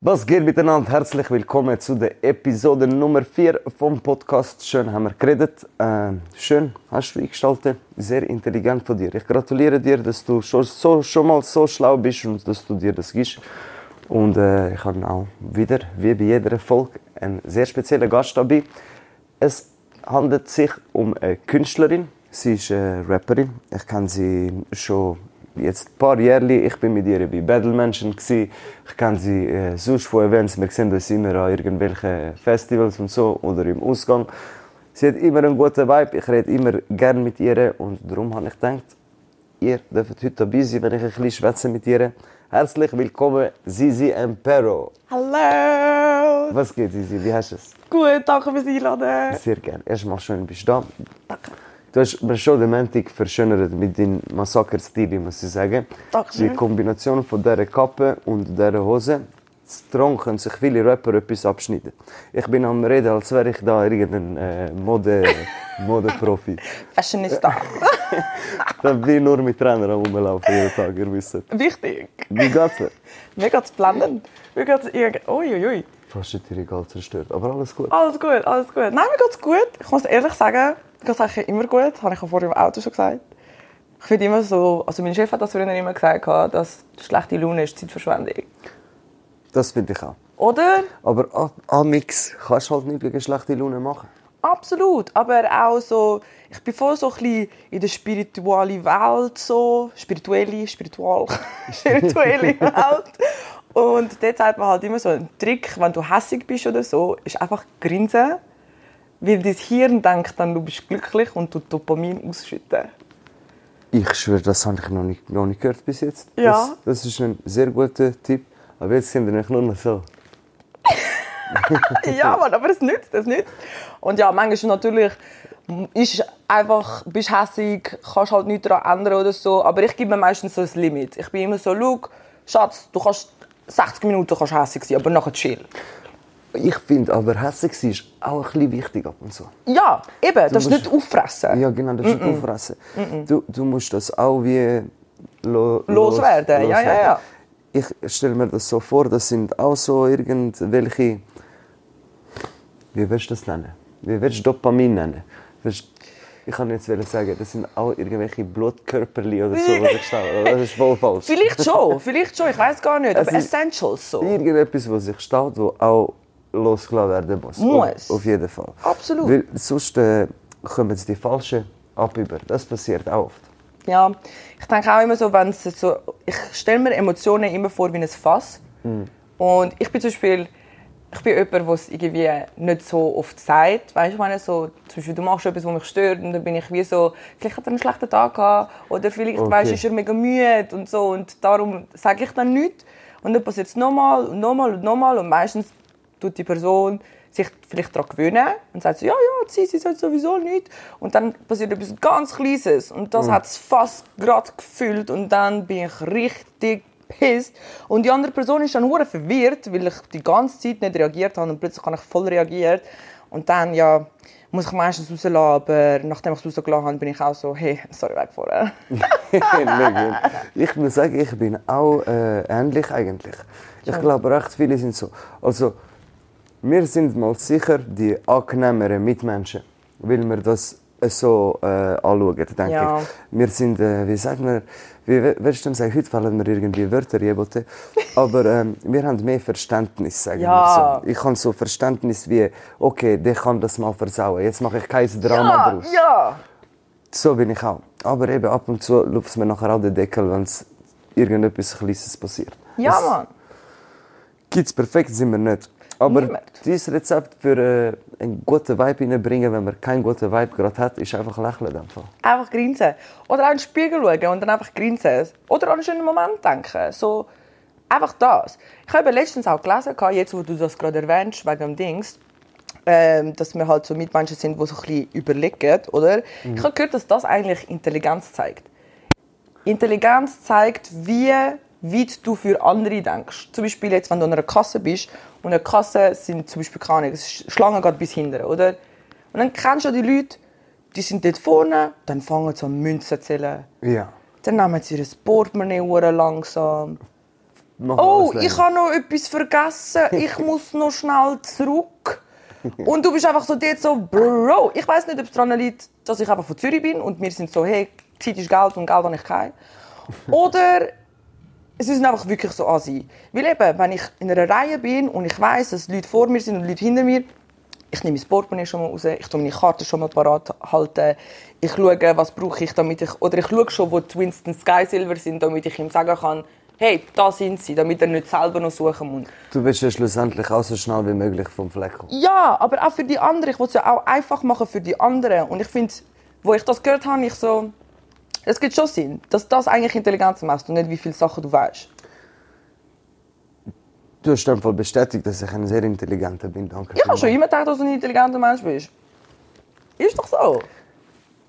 Was geht miteinander? Herzlich willkommen zu der Episode Nummer 4 vom Podcast. Schön haben wir geredet. Ähm, schön hast du eingeschaltet. Sehr intelligent von dir. Ich gratuliere dir, dass du schon, so, schon mal so schlau bist und dass du dir das gibst. Und äh, ich habe auch wieder, wie bei jeder Folge, einen sehr speziellen Gast dabei. Es handelt sich um eine Künstlerin. Sie ist eine Rapperin. Ich kenne sie schon jetzt ein paar Jahre. Ich bin mit ihr bei Battlemenschen. gsi. Ich kenne sie äh, sonst von Events. Wir sehen uns immer an irgendwelchen Festivals und so oder im Ausgang. Sie hat immer einen guten Vibe. Ich rede immer gern mit ihr und darum habe ich gedacht, ihr dürft heute dabei sein, wenn ich ein bisschen schwätze mit ihr. Herzlich willkommen, Sisi Impero. Hallo! Was geht, Sisi? Wie hast du es? Gut, danke fürs Einladen. Sehr gern. Erstmal schön, bist du da. Du hast mir schon den Montag verschönert mit deinem Massaker-Stil, muss ich sagen. Dankeschön. Die Kombination von dieser Kappe und dieser Hose. Daran können sich viele Rapper etwas abschneiden. Ich bin am Reden, als wäre ich da irgendein äh, Mode, Modeprofi. Fashionista. da bin ich nur mit Trainern am rumlaufen jeden Tag, ihr wisst. Wichtig. Wie geht's dir? Mir geht's blendend. Mir geht's irgendwie... Uiuiui. Fast hat ihr egal zerstört, aber alles gut. Alles gut, alles gut. Nein, mir geht's gut. Ich muss ehrlich sagen, mir geht's eigentlich immer gut. Das habe ich ja vorher im Auto schon gesagt. Ich finde immer so... Also mein Chef hat das früher immer gesagt, dass schlechte Laune ist Zeitverschwendung. Das finde ich auch. Oder? Aber ah, Amix kannst du halt nicht gegen schlechte Laune machen. Absolut, aber auch so, ich bin voll so ein bisschen in der spirituellen Welt, so, spirituelle, spiritual, spirituelle Welt. Und dort sagt man halt immer so, ein Trick, wenn du hässig bist oder so, ist einfach grinsen, weil dein Hirn denkt dann, du bist glücklich und du Dopamin ausschütten. Ich schwöre, das habe ich noch nicht, noch nicht gehört bis jetzt. Ja. Das, das ist ein sehr guter Tipp. Aber jetzt sind wir nicht nur noch so. ja, Mann, aber es nützt, es nützt. Und ja, manchmal ist natürlich ist einfach, bist hässig, kannst halt nichts daran ändern oder so. Aber ich gebe mir meistens so ein Limit. Ich bin immer so, schau, Schatz, du kannst 60 Minuten kannst hässig sein, aber nachher chill. Ich finde aber, hässig sein ist auch ein bisschen wichtig ab und zu. Ja, eben, das ist musst- nicht auffressen. Ja, genau, das ist aufrassen. Du, du musst das auch wie lo, Loswerden, ja, ja, ja. Ich stelle mir das so vor, das sind auch so irgendwelche. Wie willst du das nennen? Wie willst du Dopamin nennen? Willst- Ich kann jetzt wollen sagen, das sind auch irgendwelche Blutkörperli oder so, was ich stelle. Das ist voll falsch. Vielleicht schon, vielleicht schon, ich weiß gar nicht, aber Also- Essentials so. Irgendetwas, was sich staut, wo auch losgelassen werden muss. Muss. Auf, auf jeden Fall. Absolut. Weil sonst äh, kommen jetzt die Falschen abüber. Das passiert auch oft. Ja, ich denke auch immer so, wenn es so, ich stelle mir Emotionen immer vor wie ein Fass. Und ich bin zum Beispiel, ich bin jemand, der es irgendwie nicht so oft sagt. Weißt du, ich meine, so, zum Beispiel, du machst etwas, was mich stört und dann bin ich wie so, vielleicht hat er einen schlechten Tag gehabt oder vielleicht, Okay. weißt du, ist er mega müde und so und darum sage ich dann nichts. Und dann passiert es nochmal und nochmal und nochmal und meistens tut die Person sich vielleicht daran gewöhnen und sagt so, ja, ja, sie, sie sagt sowieso nicht. Und dann passiert etwas ganz Kleines und das hat es fast gerade gefüllt und dann bin ich richtig pissed. Und die andere Person ist dann hure verwirrt, weil ich die ganze Zeit nicht reagiert habe und plötzlich habe ich voll reagiert. Und dann, ja, muss ich meistens rauslassen, aber nachdem ich es rausgelassen habe, bin ich auch so, hey, sorry, weg vorher. Mega. ich muss sagen, ich bin auch äh, ähnlich eigentlich. Ich glaube, recht viele sind so. Also, wir sind mal sicher die angenehmeren Mitmenschen, weil wir das so äh, anschauen, denke Ja. ich. Wir sind, äh, wie sagt man, wie we- willst du denn sagen, heute fallen mir irgendwie Wörter jebote, aber ähm, wir haben mehr Verständnis, sagen Ja. wir so. Ich habe so Verständnis wie, okay, der kann das mal versauen, jetzt mache ich kein Drama Ja, draus. ja. So bin ich auch. Aber eben ab und zu lupft mir nachher auch den Deckel, wenn es irgendetwas Kleines passiert. Ja, Es Mann. Gibt's perfekt, sind wir nicht. Aber Niemand. dieses Rezept für äh, einen guten Vibe hineinbringen, wenn man keinen guten Vibe gerade hat, ist einfach lächeln. in dem Fall. Einfach grinsen. Oder auch in den Spiegel schauen und dann einfach grinsen. Oder an einen schönen Moment denken. So, einfach das. Ich habe letztens auch gelesen, gehabt, jetzt wo du das gerade erwähnst, wegen dem Dings, ähm, dass wir halt so Mitmenschen sind, die so ein bisschen überlegen, oder? Ich habe gehört, dass das eigentlich Intelligenz zeigt. Intelligenz zeigt, wie weit du für andere denkst. Zum Beispiel jetzt, wenn du an einer Kasse bist und eine Kasse sind zum Beispiel keine Ahnung, Sch- Schlange geht bis hinten, oder? Und dann kennst du die Leute, die sind dort vorne, dann fangen sie an Münzen zu zählen. Ja. Dann nehmen sie ihr Portemonnaie hure langsam. machen Oh, alles ich länger. habe noch etwas vergessen. Ich muss noch schnell zurück. Und du bist einfach so dort so, Bro, ich weiß nicht, ob es daran liegt, dass ich einfach von Zürich bin und wir sind so, hey, Zeit ist Geld und Geld habe ich kein. Oder es ist einfach wirklich so an sein. Weil eben, wenn ich in einer Reihe bin und ich weiß, dass Leute vor mir sind und Leute hinter mir, ich nehme mein Portemonnaie schon mal raus, ich tue meine Karte schon mal parat halten, ich schaue, was brauche ich, damit ich, oder ich schaue schon, wo die Winston Sky Silver sind, damit ich ihm sagen kann, hey, da sind sie, damit er nicht selber noch suchen muss. Du willst ja schlussendlich auch so schnell wie möglich vom Fleck kommen. Ja, aber auch für die anderen. Ich will es ja auch einfach machen für die anderen. Und ich finde, wo ich das gehört habe, ich so, es gibt schon Sinn, dass das eigentlich Intelligenz macht und nicht wie viele Sachen du weißt. Du hast einfach bestätigt, dass ich ein sehr intelligenter bin. Danke. Ich habe vielmals. schon immer gedacht, dass du ein intelligenter Mensch bist. Ist doch so.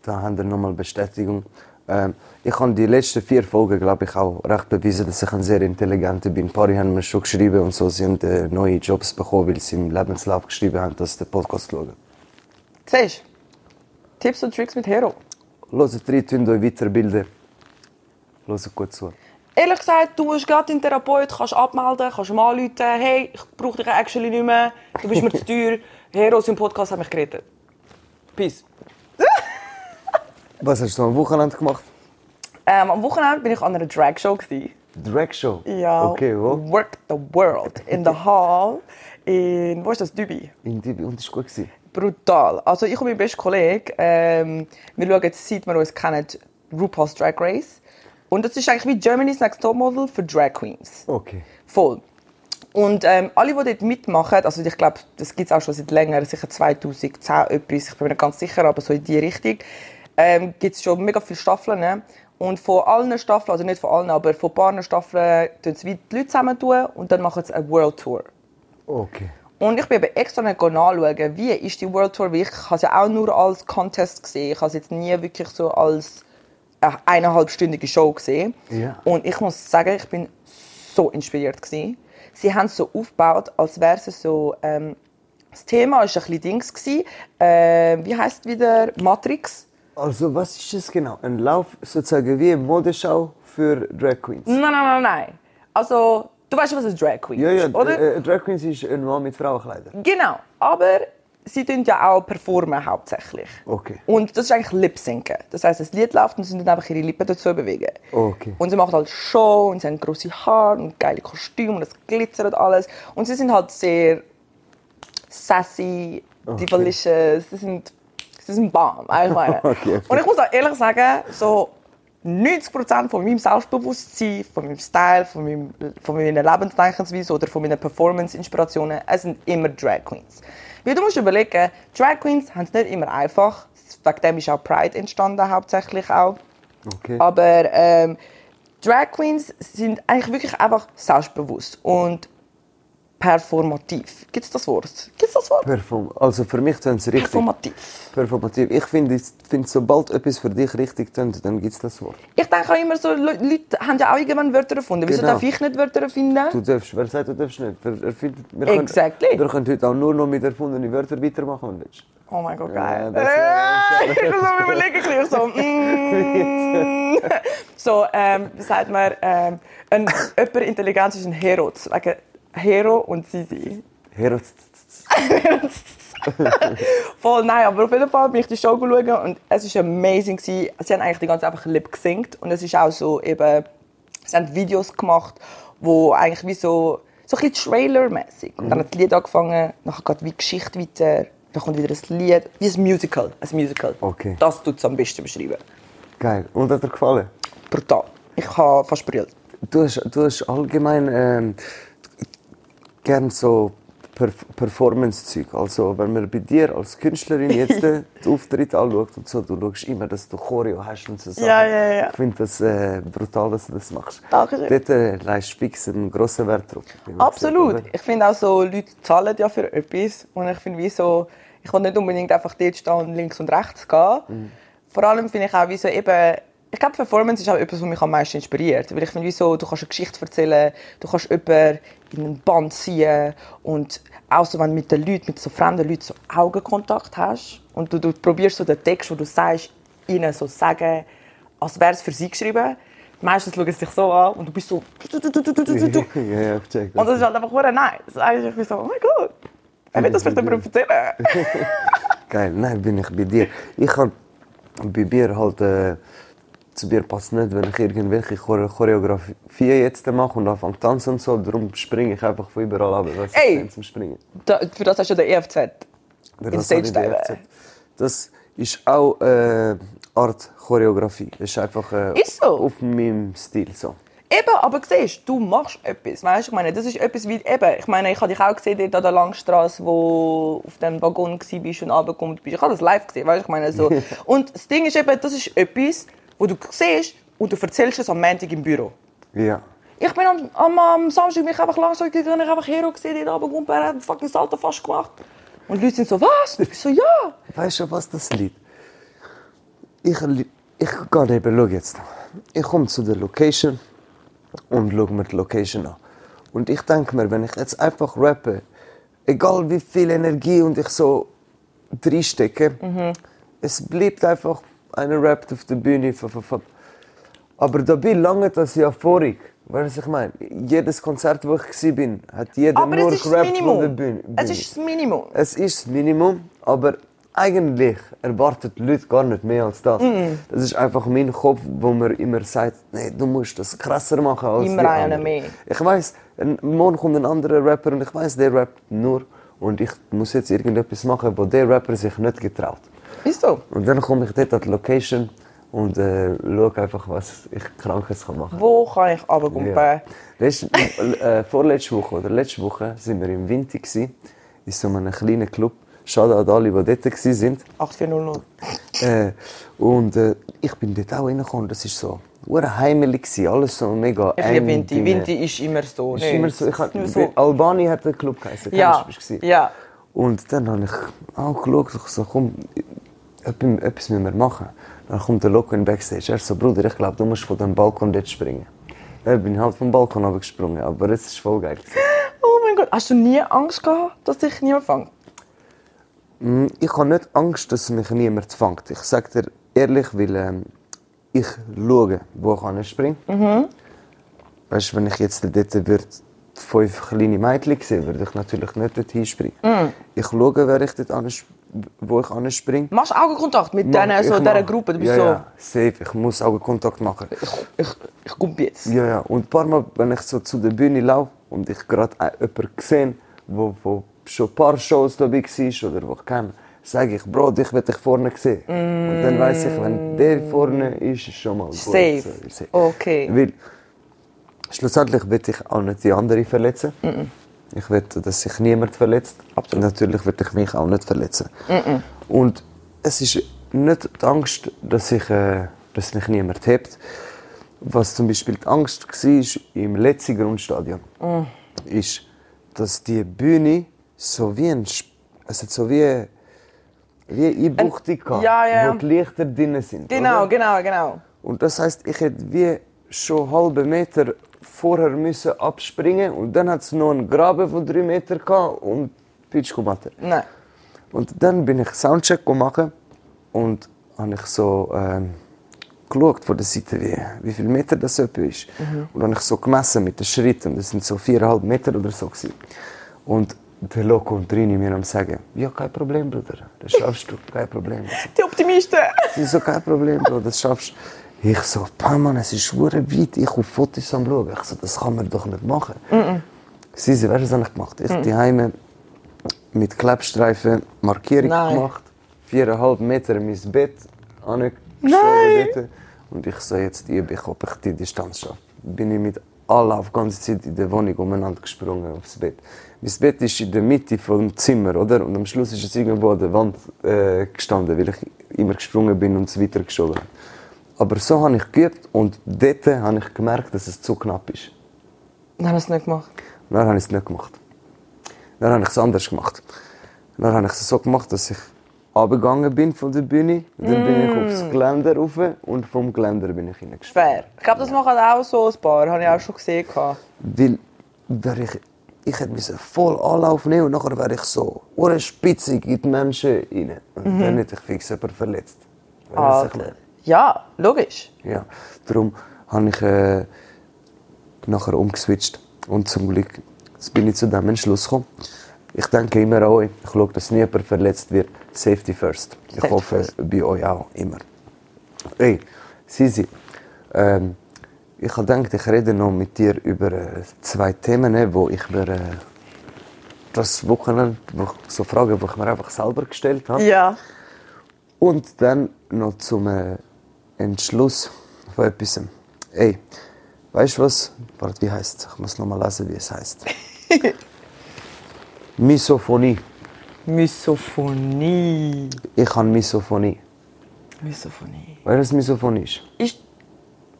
Da haben wir nochmal Bestätigung. Ähm, ich habe die letzten vier Folgen, glaube ich, auch recht bewiesen, dass ich ein sehr intelligenter bin. Ein paar haben mir schon geschrieben und so, sie haben äh, neue Jobs bekommen, weil sie im Lebenslauf geschrieben haben, dass sie den Podcast schauen. Siehst du? Tipps und Tricks mit Hero. Hört rein, tun euch weiterbilden. Hört gut zu. Ehrlich gesagt, du bist gerade in Therapeut, kannst abmelden, kannst mal anrufen, hey, ich brauche dich actually nicht mehr, du bist mir zu teuer, Heroes im Podcast haben mich gerettet. Peace. Was hast du am Wochenende gemacht? Ähm, am Wochenende bin ich an einer Drag-Show. gewesen. Drag Show? Ja. Okay, wo? Work the world in the hall. In, wo ist das? Dubai. In die, und ist gut gewesen. Brutal. Also ich und mein bester Kollege, ähm, wir schauen jetzt, seit wir uns kennen, RuPaul's Drag Race. Und das ist eigentlich wie Germany's Next Top Model für Drag Queens. Okay. Voll. Und ähm, alle, die dort mitmachen, also ich glaube, das gibt es auch schon seit länger, sicher 2010 etwas, ich bin mir nicht ganz sicher, aber so in die Richtung, ähm, gibt es schon mega viele Staffeln. Ne? Und von allen Staffeln, also nicht von allen, aber von ein paar Staffeln tun sie wie die Leute zusammentun und dann machen sie eine World Tour. Okay. Und ich bin eben extra nicht nachschauen, wie ist die World Tour, weil ich habe es ja auch nur als Contest gesehen. Ich habe es jetzt nie wirklich so als eine eineinhalbstündige Show gesehen. Ja. Und ich muss sagen, ich bin so inspiriert gewesen. Sie haben es so aufgebaut, als wäre es so... Ähm, das Thema war ein bisschen Dings. gewesen. Äh, wie heisst es wieder? Matrix? Also, was ist es genau? Ein Lauf sozusagen wie eine Modeschau für Drag Queens? Nein, nein, nein, nein. Also, du weißt schon, was ein Drag Queen Ja, ja, ist, oder? äh, Drag Queens ist ein Mann mit Frauenkleidern. Genau, aber sie tun ja auch performen hauptsächlich. Okay. Und das ist eigentlich Lip-Syncen. Das heißt, das Lied läuft und sie tun einfach ihre Lippen dazu bewegen. Okay. Und sie machen halt Show und sie haben grosse Haare und geile Kostüme und es glitzert alles. Und sie sind halt sehr sassy, Okay. divalicious, sie sind, sie sind bam, ich meine. Okay, okay. Und ich muss auch ehrlich sagen, so 90% von meinem Selbstbewusstsein, von meinem Style, von, meinem, von meiner Lebensdenkensweise oder von meinen Performance-Inspirationen, es sind immer Drag Queens. Weil du musst überlegen, Drag Queens haben es nicht immer einfach. Wegen dem ist auch Pride entstanden, hauptsächlich auch. Okay. Aber ähm, Drag Queens sind eigentlich wirklich einfach selbstbewusst und performativ. Gibt es das Wort? Gibt es das Wort? Perform also für mich tönt es richtig. Performativ. Performativ. Ich finde, es- find, sobald etwas für dich richtig tönt, dann gibt es das Wort. Ich denke auch immer so, Le Leute haben ja auch irgendwann Wörter erfunden. Wieso Genau. darf ich nicht Wörter Du erfinden? darfst, wer sagt, du darfst nicht? Wer, er findet, wir Exactly. Können, wir können heute auch nur noch mit erfundenen Wörtern weitermachen, wenn du willst. Oh mein Gott, Ja, geil. das- Äh, ich muss mir überlegen, ich liege so. Mm, so, ähm, wie sagt man, ähm, ein, jemand intelligent ist ein Hero. Wegen Hero und Sisi. Hero, Voll, nein, aber auf jeden Fall bin ich die Show schauen und es war amazing. gewesen. Sie haben eigentlich die ganze Zeit einfach lip gesingt und es ist auch so eben, sie haben Videos gemacht, wo eigentlich wie so, so ein bisschen Trailer-mässig. Und dann hat das Lied angefangen, nachher geht wie die Geschichte weiter, dann kommt wieder ein Lied, wie ein Musical, ein Musical. Okay. Das tut es am besten beschreiben. geil. Und hat dir gefallen? Brutal. Ich habe fast brüllt. Du hast, du hast allgemein ähm, gern so Perf Performance-Zeug. Also, wenn man bei dir als Künstlerin jetzt den Auftritt anschaut und so, du schaust immer, dass du Choreo hast und so Sachen. Ja, ja, ja. Ich finde das äh, brutal, dass du das machst. Dankeschön. Dort äh, leistest du fix einen grossen Wert drauf. wie man Absolut. sieht, oder? Ich finde auch so, Leute zahlen ja für etwas. Und ich finde, wie so, ich will nicht unbedingt einfach dort stehen und links und rechts gehen. Vor allem finde ich auch, wie so eben, ich glaube, Performance ist auch etwas, was mich am meisten inspiriert. Weil ich finde, wie so, du kannst eine Geschichte erzählen, du kannst jemanden in einen Band ziehen. Und auch so, wenn du mit den Leuten, mit so fremden Leuten so Augenkontakt hast und du, du probierst so den Text, den du sagst, ihnen so sagen, als wäre es für sie geschrieben, Meistens schauen sie dich so an und du bist so. ja, ja, ich check Und das. das ist halt einfach verdammt nice. Also ich bin so, oh mein Gott, er will das vielleicht jemandem erzählen. Geil, nein, bin ich bei dir. Ich hab bei mir halt, äh, zu mir passt nicht, wenn ich irgendwelche Chore Choreografie jetzt mache und anfange zu tanzen und so, darum springe ich einfach von überall ab. Das ist Ey! kein zum Springen. Da, für das hast du ja den E EFZ. Der In Rassadi Stage BFZ. Dive. Das ist auch äh, Art Choreografie. Das ist einfach äh, Ist so. auf meinem Stil so. Eben, aber siehst du, du machst etwas. Weißt du, ich meine, das ist etwas wie eben. Ich meine, ich habe dich auch gesehen dort an der Langstrasse, wo auf dem Waggon warst und runtergekommen bist. Ich habe das live gesehen, weißt du, ich meine so. und das Ding ist eben, das ist etwas, wo du siehst und du erzählst es am Montag im Büro. Ja. Ich bin am, am, am Samstag mich einfach langsam gegangen, ich habe einfach Hero gesehen, dort runtergekommen, er hat einen fucking Salto fast gemacht. Und die Leute sind so, was? Und ich so, ja. Weißt du, was das Lied? Ich, li- ich gehe eben, schau jetzt. Ich komme zu der Location und schaue mir die Location an. Und ich denke mir, wenn ich jetzt einfach rappe, egal wie viel Energie und ich so reinstecke, es bleibt einfach, einer rappt auf der Bühne. fa, fa, fa. Aber dabei lange das ja vorig. Weißt du, was ich meine? Jedes Konzert, wo ich war, hat jeder Aber nur es ist das gerappt von der Bühne. Minimum. Es ist das Minimum. Es ist das Minimum, aber eigentlich erwartet die Leute gar nicht mehr als das. Das ist einfach mein Kopf, wo mir immer sagt, nee, du musst das krasser machen als Immer die einer anderen. mehr. Ich weiß, morgen kommt ein anderer Rapper und ich weiß, der rappt nur und ich muss jetzt irgendetwas machen, wo der Rapper sich nicht getraut. Ist so. Und dann komme ich dort an die Location und äh, schaue einfach, was ich Krankes kann machen Wo kann ich runtergehen? ja. Letzte, äh, vorletzte Woche oder letzte Woche sind wir im Winter gewesen, in so einem kleinen Club. Schade an alle, die dort waren. 8400. Äh, und äh, ich bin dort auch reingekommen. Das war so hure heimelig, gewesen, alles so mega Ich liebe Vinti. Vinti ist immer so. Ist ne? immer so, ich hab, Nur so. Albani hat der Club geheißen. Ja, kennst du, bist du ja. Und dann habe ich auch geschaut, ich so, komm, etwas, etwas müssen wir machen. Dann kommt der Loco in den Backstage. Er so, Bruder, ich glaube, du musst von dem Balkon dort springen. Dann bin ich halt vom Balkon runtergesprungen, aber es war voll geil. gewesen. Oh mein Gott, hast du nie Angst gehabt, dass dich niemand fängt? Ich habe nicht Angst, dass mich niemand fängt. Ich sage dir ehrlich, weil ähm, ich schaue, wo ich hinspringe. Mhm. Weißt du, wenn ich jetzt dort würde, fünf kleine Mädchen sehen würde ich natürlich nicht dort hinspringen. Ich schaue, wer ich dort anspr- wo ich hinspringe. Machst du Augenkontakt mit Mach- denen, ich so mach- dieser Gruppe? Du bist ja, so, ja, safe. Ich muss Augenkontakt machen. ich, ich komm jetzt. Ja, ja. Und ein paar Mal, wenn ich so zu der Bühne laufe und ich gerade ein- jemanden gesehen, wo, wo schon ein paar Shows dabei war oder wo ich kenne, sage ich, Bro, ich will dich vorne sehen. Und dann weiß ich, wenn der vorne ist, ist schon mal gut. Safe. So, safe. Okay. Weil schlussendlich will ich auch nicht die anderen verletzen. Ich will, dass sich niemand verletzt. Absolut. Natürlich will ich mich auch nicht verletzen. Und es ist nicht die Angst, dass, ich, äh, dass mich niemand hebt. Was zum Beispiel die Angst war im letzten Grundstadion, Mm. ist, dass die Bühne so wie ein. Sp- Es hat so wie. wie eine Einbuchtung gehabt, ja, ja. wo die Lichter drin sind. Genau, oder? genau, genau. Und das heißt, ich hätte wie schon einen halben Meter vorher müssen abspringen und dann hat es noch einen Graben von drei Metern gehabt und Pitschkumatter. Nein. Und dann bin ich Soundcheck machen und habe ich so ähm, geschaut von der Seite, wie, wie viele Meter das etwa ist. Und habe ich so gemessen mit den Schritten. Das sind so viereinhalb Meter oder so. Gewesen. Und der Loco und Rini mir am sagen, ja, kein Problem, Bruder, das schaffst du, kein Problem. Die Optimisten! Das ist so kein Problem, Bro, das schaffst du. Ich so, «Pah, Mann, es ist schwer weit, ich auf Fotos am Schauen. Ich so, das kann man doch nicht machen. Sie, sie, weißt du, was habe ich gemacht? Ich die Heime mit Klebstreifen Markierung Nein. gemacht, viereinhalb Meter in mein Bett Nein. angeschoben Und ich so, jetzt übe ich, ob ich die Distanz schaffe. Bin ich mit Anlauf die ganze Zeit in der Wohnung umeinander gesprungen aufs Bett. Mein Bett ist in der Mitte vom Zimmer, oder? Und am Schluss ist es irgendwo an der Wand äh, gestanden, weil ich immer gesprungen bin und es weitergeschoben habe. Aber so habe ich geübt und dort habe ich gemerkt, dass es zu knapp ist. Nein, hast du nicht gemacht. Und Dann habe ich es nicht gemacht. Dann habe ich es anders gemacht. Dann habe ich es so gemacht, dass ich abgegangen bin von der Bühne. Dann bin ich aufs Geländer rauf und vom Geländer bin ich hineingeschwommen. Fair. Ich glaube, das machen auch so ein paar. Habe ich auch schon gesehen. gehabt. Weil wäre ich, ich hätte müssen voll Anlauf nehmen und nachher wäre ich so ohrenspitzig in die Menschen rein. Und dann Ah, hätte ich fix jemanden verletzt. Weißt du, was ich Alter. meine? Ja, logisch. Ja. Darum habe ich äh, nachher umgeswitcht. Und zum Glück jetzt bin ich zu dem Entschluss gekommen. Ich denke immer an euch. Ich schaue, dass niemand verletzt wird. Safety first. Ich Safety hoffe, first. bei euch auch immer. Hey, Sisi, ähm, ich habe gedacht, ich rede noch mit dir über äh, zwei Themen, wo ich mir äh, das Wochenende wo ich so Fragen, die ich mir einfach selber gestellt habe. Ja. Und dann noch zum äh, Entschluss von etwas. Ey, weißt du was? Warte, wie heißt Ich muss nochmal lesen, wie es heißt. Misophonie. Misophonie. Ich habe Misophonie. Misophonie. Weißt du, was Misophonie ist? Ist.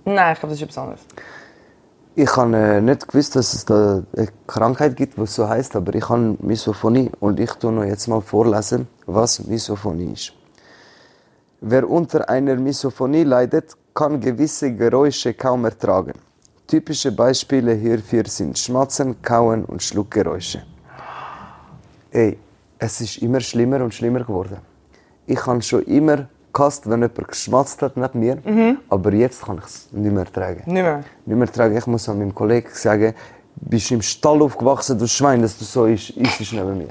Nein, ich glaube, das ist etwas anderes. Ich habe äh, nicht gewusst, dass es da eine Krankheit gibt, die so heißt, aber ich habe Misophonie und ich tue noch jetzt mal vorlesen, was Misophonie ist. Wer unter einer Misophonie leidet, kann gewisse Geräusche kaum ertragen. Typische Beispiele hierfür sind Schmatzen, Kauen und Schluckgeräusche. Ey, es ist immer schlimmer und schlimmer geworden. Ich habe schon immer gehasst, wenn jemand geschmatzt hat neben mir, aber jetzt kann ich es nicht mehr ertragen Mhm. Nicht mehr. nicht mehr tragen. Ich muss an meinem Kollegen sagen, bist du im Stall aufgewachsen, du Schwein, dass du so isch- isst neben mir.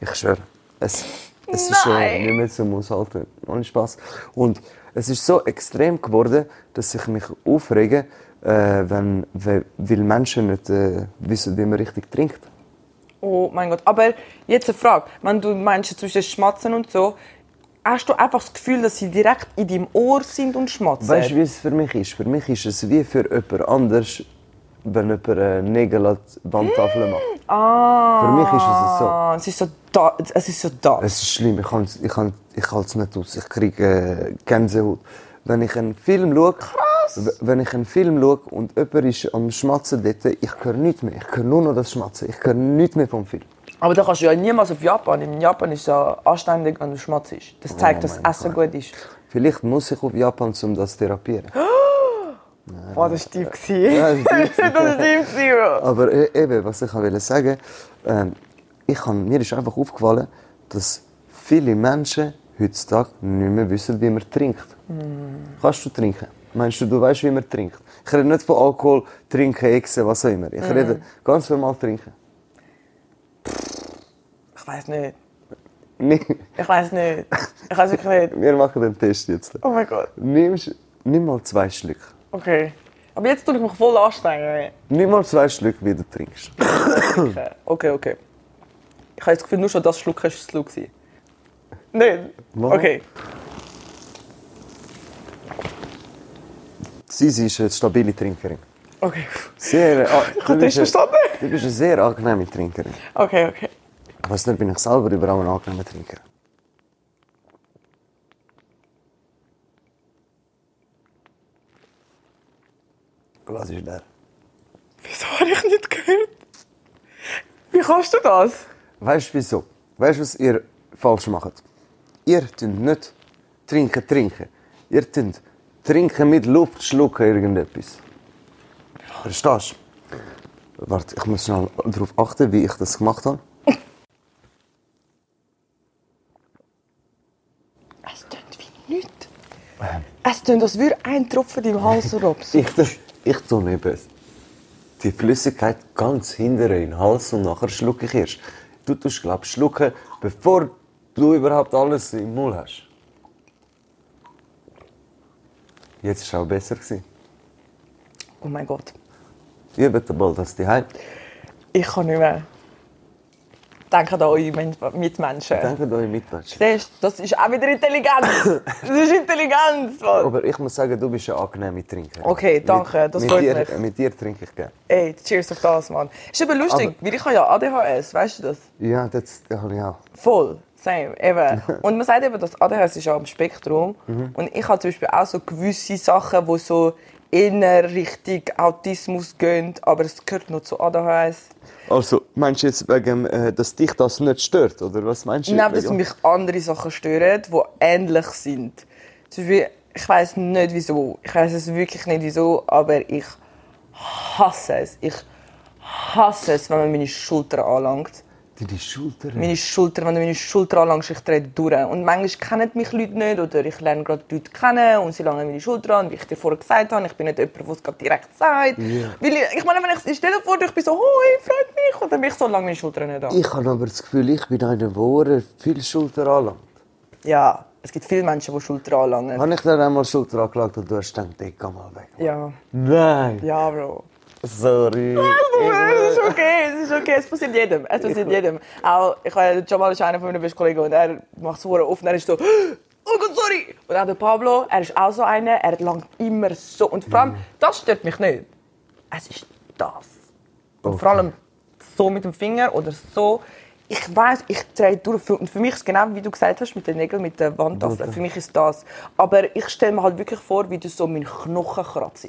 Ich schwöre, es, es ist äh, Nein. nicht mehr zum Aushalten. äh, Ohne Spaß. Und es ist so extrem geworden, dass ich mich aufrege, äh, wenn, we- weil Menschen nicht äh, wissen, wie man richtig trinkt. Oh mein Gott. Aber jetzt eine Frage. Wenn du meinst, zwischen Schmatzen und so, hast du einfach das Gefühl, dass sie direkt in deinem Ohr sind und schmatzen? Weißt du, wie es für mich ist? Für mich ist es wie für jemand anders, wenn jemand äh, Nägel an die Wandtafel macht. Ah. Für mich ist es so. Es ist so da. Es ist so da. Es ist schlimm, ich kann's- ich kann ich halte es nicht aus. Ich kriege äh, Gänsehaut. Wenn ich einen Film schaue, w- wenn ich einen Film schaue und jemand ist am Schmatzen dort, ich höre nichts mehr. Ich höre nur noch das Schmatzen. Ich höre nichts mehr vom Film. Aber da kannst du ja niemals auf Japan. In Japan ist es ja anständig, wenn du schmatzt. Das zeigt, dass Oh mein Essen gut ist. Vielleicht muss ich auf Japan, um das zu therapieren. Boah, das war tief. Das Ja, das war tief. war tief, Bro. Aber e- eben, was ich wollte sagen, ähm, ich kann, mir ist einfach aufgefallen, dass viele Menschen heutzutage nicht mehr wissen, wie man trinkt. Kannst du trinken? Meinst du, du weißt, wie man trinkt? Ich rede nicht von Alkohol, Trinken, Exen, was auch immer. Ich rede ganz normal trinken. Ich weiß nicht. Nee, Ich weiß nicht. Ich weiß wirklich nicht. Wir machen den Test jetzt. Oh mein Gott. Nimmst, nimm mal zwei Schlücke. Okay. Aber jetzt tue ich mich voll anstrengen. Nimm mal zwei Schlücke, wie du trinkst. Okay, okay. okay. Ich habe das Gefühl, nur schon das Schlucken war das Schluck. Nein. Warum? Okay. Sie sie ist eine stabile Trinkerin. Okay. Sehr, äh, Ich habe das verstanden. du bist eine sehr angenehme Trinkerin. Okay, okay. Ich weiß nicht, bin ich selber überhaupt ein angenehmer Trinker. Was ist der? Wieso habe ich nicht gehört? Wie kannst du das? Weißt du wieso? Weißt du, was ihr falsch macht? Ihr tünt nicht trinken, trinken. Ihr tünt trinken mit Luft schlucken irgendetwas. Verstehst du? Warte, ich muss schnell darauf achten, wie ich das gemacht habe. Es tönt wie nichts. Es tönt, als würde ein Tropfen deinem Hals rupsen. Ich, ich tue nicht besser. Die Flüssigkeit ganz hinter in den Hals und nachher schlucke ich erst. Du tust, glaub ich, schlucken, bevor du überhaupt alles im Mund hast. Jetzt ist es auch besser. Gewesen. Oh mein Gott. Übt mal das daheim. Ich kann nicht mehr. Denkt an eure Men- Mitmenschen. Denkt euch mit, Mensch. Siehst du, Das ist auch wieder Intelligenz. Das ist Intelligenz. Mann. Aber ich muss sagen, du bist ein angenehmer Trinker. Okay, danke, das mit, freut mit dir, mich. Mit dir trinke ich gerne. Ey, cheers auf das, Mann. Ist aber lustig, weil ich habe ja ADHS, weißt du das? Ja, das habe ich auch. Voll, same, eben. Und man sagt eben, dass ADHS ist ja am Spektrum. Und ich habe zum Beispiel auch so gewisse Sachen, die so inner Richtung Autismus gehen, aber es gehört noch zu ADHS. Also, meinst du jetzt, wegen, äh, dass dich das nicht stört? Oder was meinst du? Neben, dass Wegen- mich andere Sachen stören, die ähnlich sind. Zum Beispiel, ich weiß nicht wieso, ich weiß es wirklich nicht wieso, aber ich hasse es. Ich hasse es, wenn man meine Schulter anlangt. Deine Schulter. Meine Schulter, wenn du meine Schulter anlangst, ich drehe durch. Und manchmal kennen mich Leute nicht oder ich lerne gerade die Leute kennen und sie langen meine Schulter an. Wie ich dir vorher gesagt habe, ich bin nicht jemand, der es gerade direkt sagt. Ja. Weil ich, ich meine, wenn ich stell dir vor, ich bin so, hoi, freut mich, und dann mich so lange meine Schulter nicht an. Ich habe aber das Gefühl, ich bin einer, der viel Schulter anlangt. Ja, es gibt viele Menschen, die Schulter anlangen. Habe ich dir einmal Schulter angelangt und du hast gedacht, ich geh mal weg. Ja, Nein! ja, Bro. Sorry! Oh, Es ist okay, es ist okay, es passiert jedem. Es passiert jedem. Auch, ich habe Jamal ist einer von meinen besten Kollegen und er macht so offen, er ist so, oh Gott, sorry. Und auch der Pablo, er ist auch so einer, er langt immer so. Und vor allem, das stört mich nicht. Es ist das. Und vor allem so mit dem Finger oder so. Ich weiß, ich drehe durch. Für- Und für mich ist es genau wie du gesagt hast, mit den Nägeln, mit der Wandtasse. Für mich ist das. Aber ich stelle mir halt wirklich vor, wie du so meinen Knochen kratzt.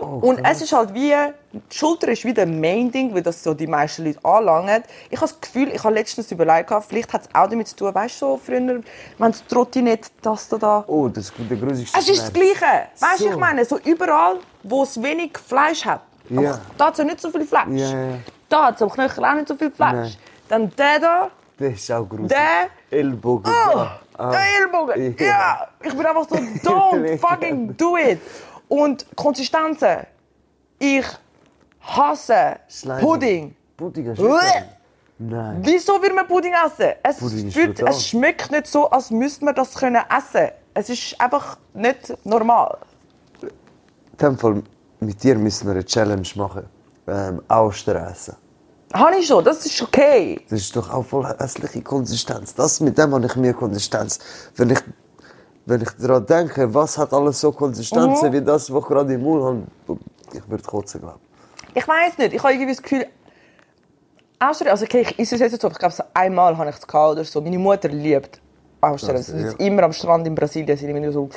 und es ist halt wie, die Schulter ist wieder ein Main-Ding, weil das so die meisten Leute anlangen. Ich habe das Gefühl, ich habe letztens überlegt, gehabt, vielleicht hat es auch damit zu tun, weißt du, so früher, wenn das Trottinett, das da, da. Oh, das ist der grusigste Es ist das Gleiche. Weißt du, So. ich meine, so überall, wo es wenig Fleisch hat. Aber Ja. Da hat es ja nicht so viel Fleisch. Ja, ja. Da hat es am Knöchel auch nicht so viel Fleisch. Nein. Dann der da, Der ist auch grusig. Der- Ellbogen. oh, Ah, ah. der Ellbogen. Ja. Ja. ich bin einfach so, don't fucking do it. Und Konsistenzen. Ich hasse Sliding. Pudding. Pudding hast Uah. du nicht. Nein. Wieso will man Pudding essen? Es, Pudding ist fühlt, brutal. es schmeckt nicht so, als müsste man das können essen. Es ist einfach nicht normal. In dem Fall, mit dir müssen wir eine Challenge machen. Ähm, Austern essen. Habe ich schon, das ist okay. Das ist doch auch voll hässliche Konsistenz. Das, mit dem habe ich mehr Konsistenz. Wenn ich, wenn ich daran denke, was hat alles so Konsistenzen Mhm. wie das, was ich gerade im Mund habe, ich würde kotzen, glaube Ich weiß nicht, ich habe irgendwie das Gefühl, Austern, also okay, ich esse es jetzt so, ich glaube, so einmal habe ich es gehabt oder so. Meine Mutter liebt Austern, Austern. Also, jetzt ja. Immer am Strand in Brasilien sind immer so,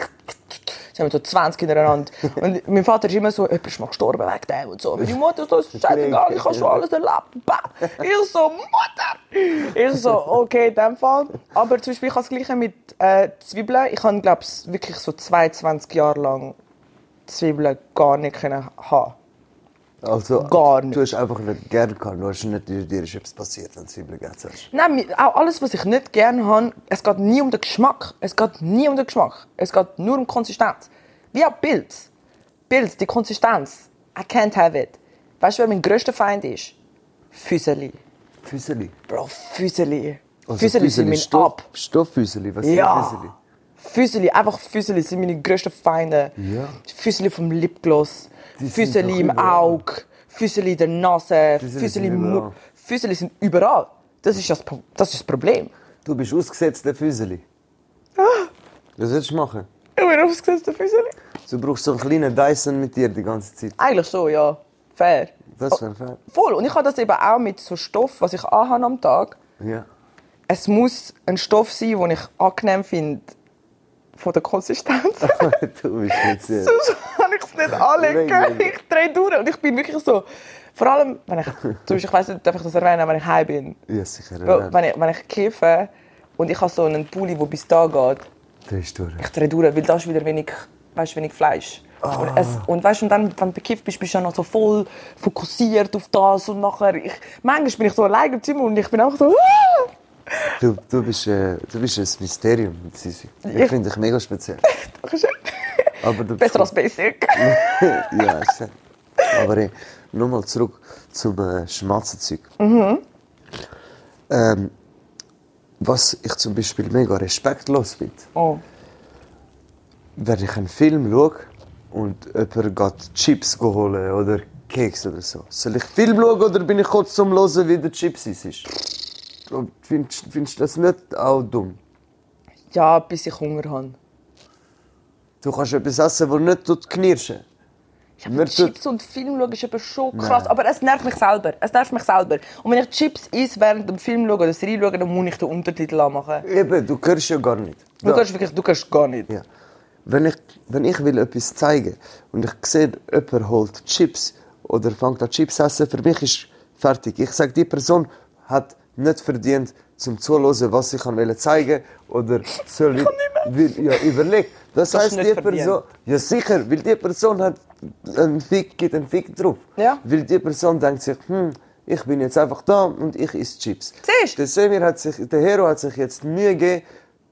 sie haben so 20 hintereinander. Und mein Vater ist immer so, jemand ist mal gestorben wegen dem und so. Meine Mutter so, es ist scheißegal, ich habe schon alles erlebt. Bah. Ich so, Mutter! Ich so, okay, in dem Fall. Aber zum Beispiel, ich habe das Gleiche mit äh, Zwiebeln. Ich habe, glaube ich, wirklich so 22 Jahre lang Zwiebeln gar nicht können haben. ich. Also, Gar nicht. Du hast einfach nicht gern gehabt. Du hast nicht, dir ist etwas passiert, wenn du Zwiebeln gegessen hast. Nein, mi- auch alles, was ich nicht gerne habe, es geht nie um den Geschmack. Es geht nie um den Geschmack. Es geht nur um Konsistenz. Wie auch Pilz. Pilz, die Konsistenz. I can't have it. Weißt du, wer mein grösster Feind ist? Füseli. Füßeli. Bro, Füseli. Also Füseli sind mein Stoff, Ab. Stofffüßeli, was sind Füßeli? Ja. Füseli, einfach Füseli sind meine grössten Feinde. Ja. Füseli vom Lipgloss, Die sind Füseli doch im überall. Auge, Füseli in der Nase, Füseli Füseli sind im Mu- überall. Füseli sind überall. Das ist das, Pro- das, ist das Problem. Du bist ausgesetzt, der Füßeli. Ah. Was willst du machen? Ich bin aufgesetzt auf Füseli. Du brauchst so einen kleinen Dyson mit dir die ganze Zeit. Eigentlich schon, ja. Fair. Das wäre fair. Voll. Und ich habe das eben auch mit so Stoff, was ich anhabe am Tag. Ja. Es muss ein Stoff sein, den ich angenehm finde. Von der Konsistenz. du bist nicht sehr. Sonst kann ich es nicht anlegen. Wegen- Ich drehe durch und ich bin wirklich so... Vor allem, wenn ich... Zum Beispiel, ich weiss nicht, darf ich das erwähnen, wenn ich heim bin. Ja, sicher. Weil, Ja. wenn ich, wenn ich kiffe und ich habe so einen Pulli, der bis da geht, Drehst du durch. ich drehe durch, weil da ist wieder wenig, weißt, wenig Fleisch. Und, es, Ah. und, weißt, und dann, wenn du bekifft bist, bist du ja noch so voll fokussiert auf das und nachher... Ich, manchmal bin ich so allein im Zimmer und ich bin auch so... "Ah!" Du, du, bist, äh, du bist ein Mysterium, Sisi. Ich Ich- finde dich mega speziell. Dankeschön. Aber du Besser als Basic. ja, ist ja. Aber ey, nochmal zurück zum äh, Schmatzenzeug. Mhm. Ähm, was ich zum Beispiel mega respektlos finde, Oh. wenn ich einen Film schaue und jemand geht Chips holen oder Keks oder so. Soll ich Film schauen oder bin ich kurz zum Hören, wie der Chips ist? Findest findest du das nicht auch dumm? Ja, bis ich Hunger habe. Du kannst etwas essen, das nicht tut knirschen Ich habe Mir Chips und Film schauen, ist eben schon Nein. krass. Aber es nervt mich selber. Es nervt mich selber. Und wenn ich Chips esse während dem Film schaue oder Serie schaue, dann muss ich den Untertitel anmachen. Eben, du hörst ja gar nicht. Du kannst wirklich, du kannst gar nicht. Ja. Wenn ich, wenn ich will etwas zeigen und ich sehe, jemand holt Chips oder fängt an Chips zu essen, für mich ist fertig. Ich sage, die Person hat nicht verdient, zum zuhören, was ich an will zeigen oder soll ich, will, ja, überleg. Das, Das ist heißt, nicht die Person, ja sicher, weil die Person hat einen Fick, geht einen Fick drauf. Ja. Weil die Person denkt sich, hm, ich bin jetzt einfach da und ich esse Chips. Siehst? Der Semir hat sich, der Hero hat sich jetzt Mühe gegeben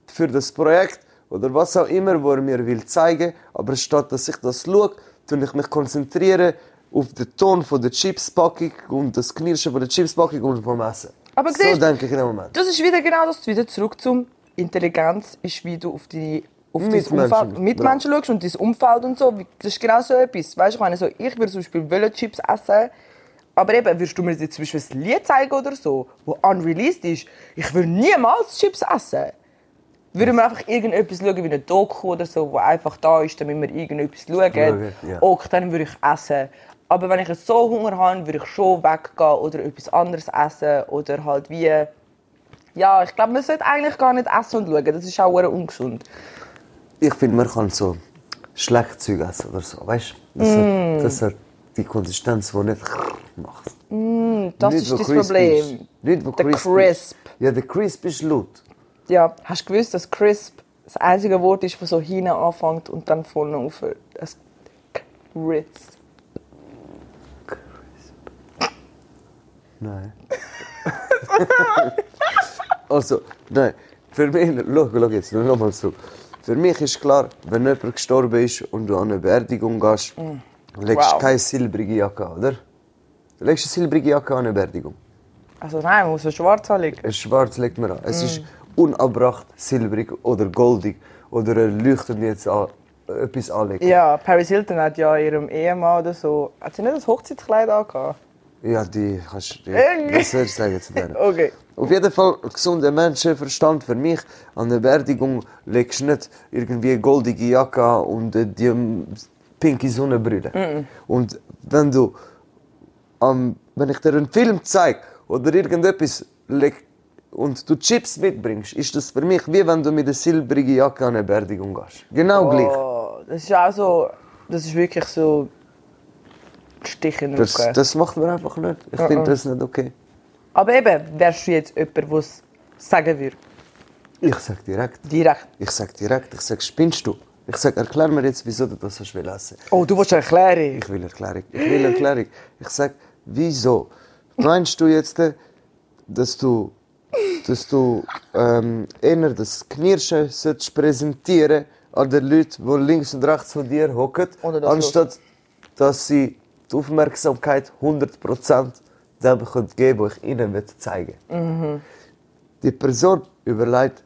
für das Projekt oder was auch immer, wo er mir will zeigen. Aber statt dass ich das schaue, tun ich mich konzentrieren auf den Ton von der Chipspackung und das Knirschen von der Chipspackung und vom Essen. Aber so siehst- denke ich in dem Moment. Das ist wieder genau das, wieder zurück zum Intelligenz ist, wie du auf die auf dein Mitmenschen, Umfeld, Mitmenschen schaust und dein Umfeld und so. Wie- Das ist genau so etwas. Weißt du, ich meine, so, ich würde zum Beispiel wollen Chips essen, aber eben, würdest du mir jetzt zum Beispiel ein Lied zeigen oder so, wo unreleased ist, ich würde niemals Chips essen. Würden wir einfach irgendetwas schauen, wie eine Doku oder so, wo einfach da ist, damit wir irgendetwas schauen, Schauen, ja. okay, dann würde ich essen. Aber wenn ich so Hunger habe, würde ich schon weggehen oder etwas anderes essen oder halt wie... Ja, ich glaube, man sollte eigentlich gar nicht essen und schauen. Das ist auch sehr ungesund. Ich finde, man kann so schlecht Zeug essen oder so. Weißt du? Das, Mm. hat, das hat die Konsistenz, die nicht macht. Mm, Das Nicht, ist wo das crispy Problem. Ist. Nicht, wo Der crispy Crisp. Ist. Ja, der Crisp ist laut. Ja, hast du gewusst, dass crisp das einzige Wort ist, das so hinten anfängt und dann vorne aufhört? Das crisp. Nein. also, nein. Für mich, schau, schau jetzt nochmal zurück. Für mich ist klar, wenn jemand gestorben ist und du an eine Beerdigung gehst, legst du Mm. Wow. keine silbrige Jacke an, oder? Du legst eine silbrige Jacke an eine Beerdigung. Also nein, man muss eine schwarze anlegen. Ein Schwarz legt man an. Es Mm. ist unabbracht silbrig oder goldig oder ein leuchtend jetzt an, etwas anlegt. Ja, Paris Hilton hat ja ihrem Ehemann oder so... Hat sie nicht das Hochzeitskleid angehabt? Ja, die kannst du Irgendwie. besser sagen zu denen. Okay. Auf jeden Fall, gesunder Menschenverstand für mich. An der Beerdigung legst du nicht irgendwie goldige Jacke an und äh, die ähm, pinke Sonnenbrille. Und wenn du, am, wenn ich dir einen Film zeige oder irgendetwas leg, und du Chips mitbringst, ist das für mich wie wenn du mit einer silbrigen Jacke an eine Beerdigung gehst. Genau gleich. Oh, das ist auch so... Das ist wirklich so... Stich in den Das, Rücken. das macht man einfach nicht. Ich finde das nicht okay. Aber eben, wärst du jetzt jemand, der es sagen würde? Ich sag direkt. Direkt. Ich sag direkt, ich sag, spinnst du? Ich sag, erklär mir jetzt, wieso du das hast will essen. Oh, du willst eine Erklärung? Ich will Erklärung, ich will Erklärung. Ich sag, wieso? Meinst du jetzt, äh, dass du, dass du ähm, eher das Knirschen solltest präsentieren an den Leuten, die links und rechts von dir hocken, Oder das anstatt dass sie die Aufmerksamkeit 100% dem können geben können, die ich ihnen will zeigen will? Die Person überlegt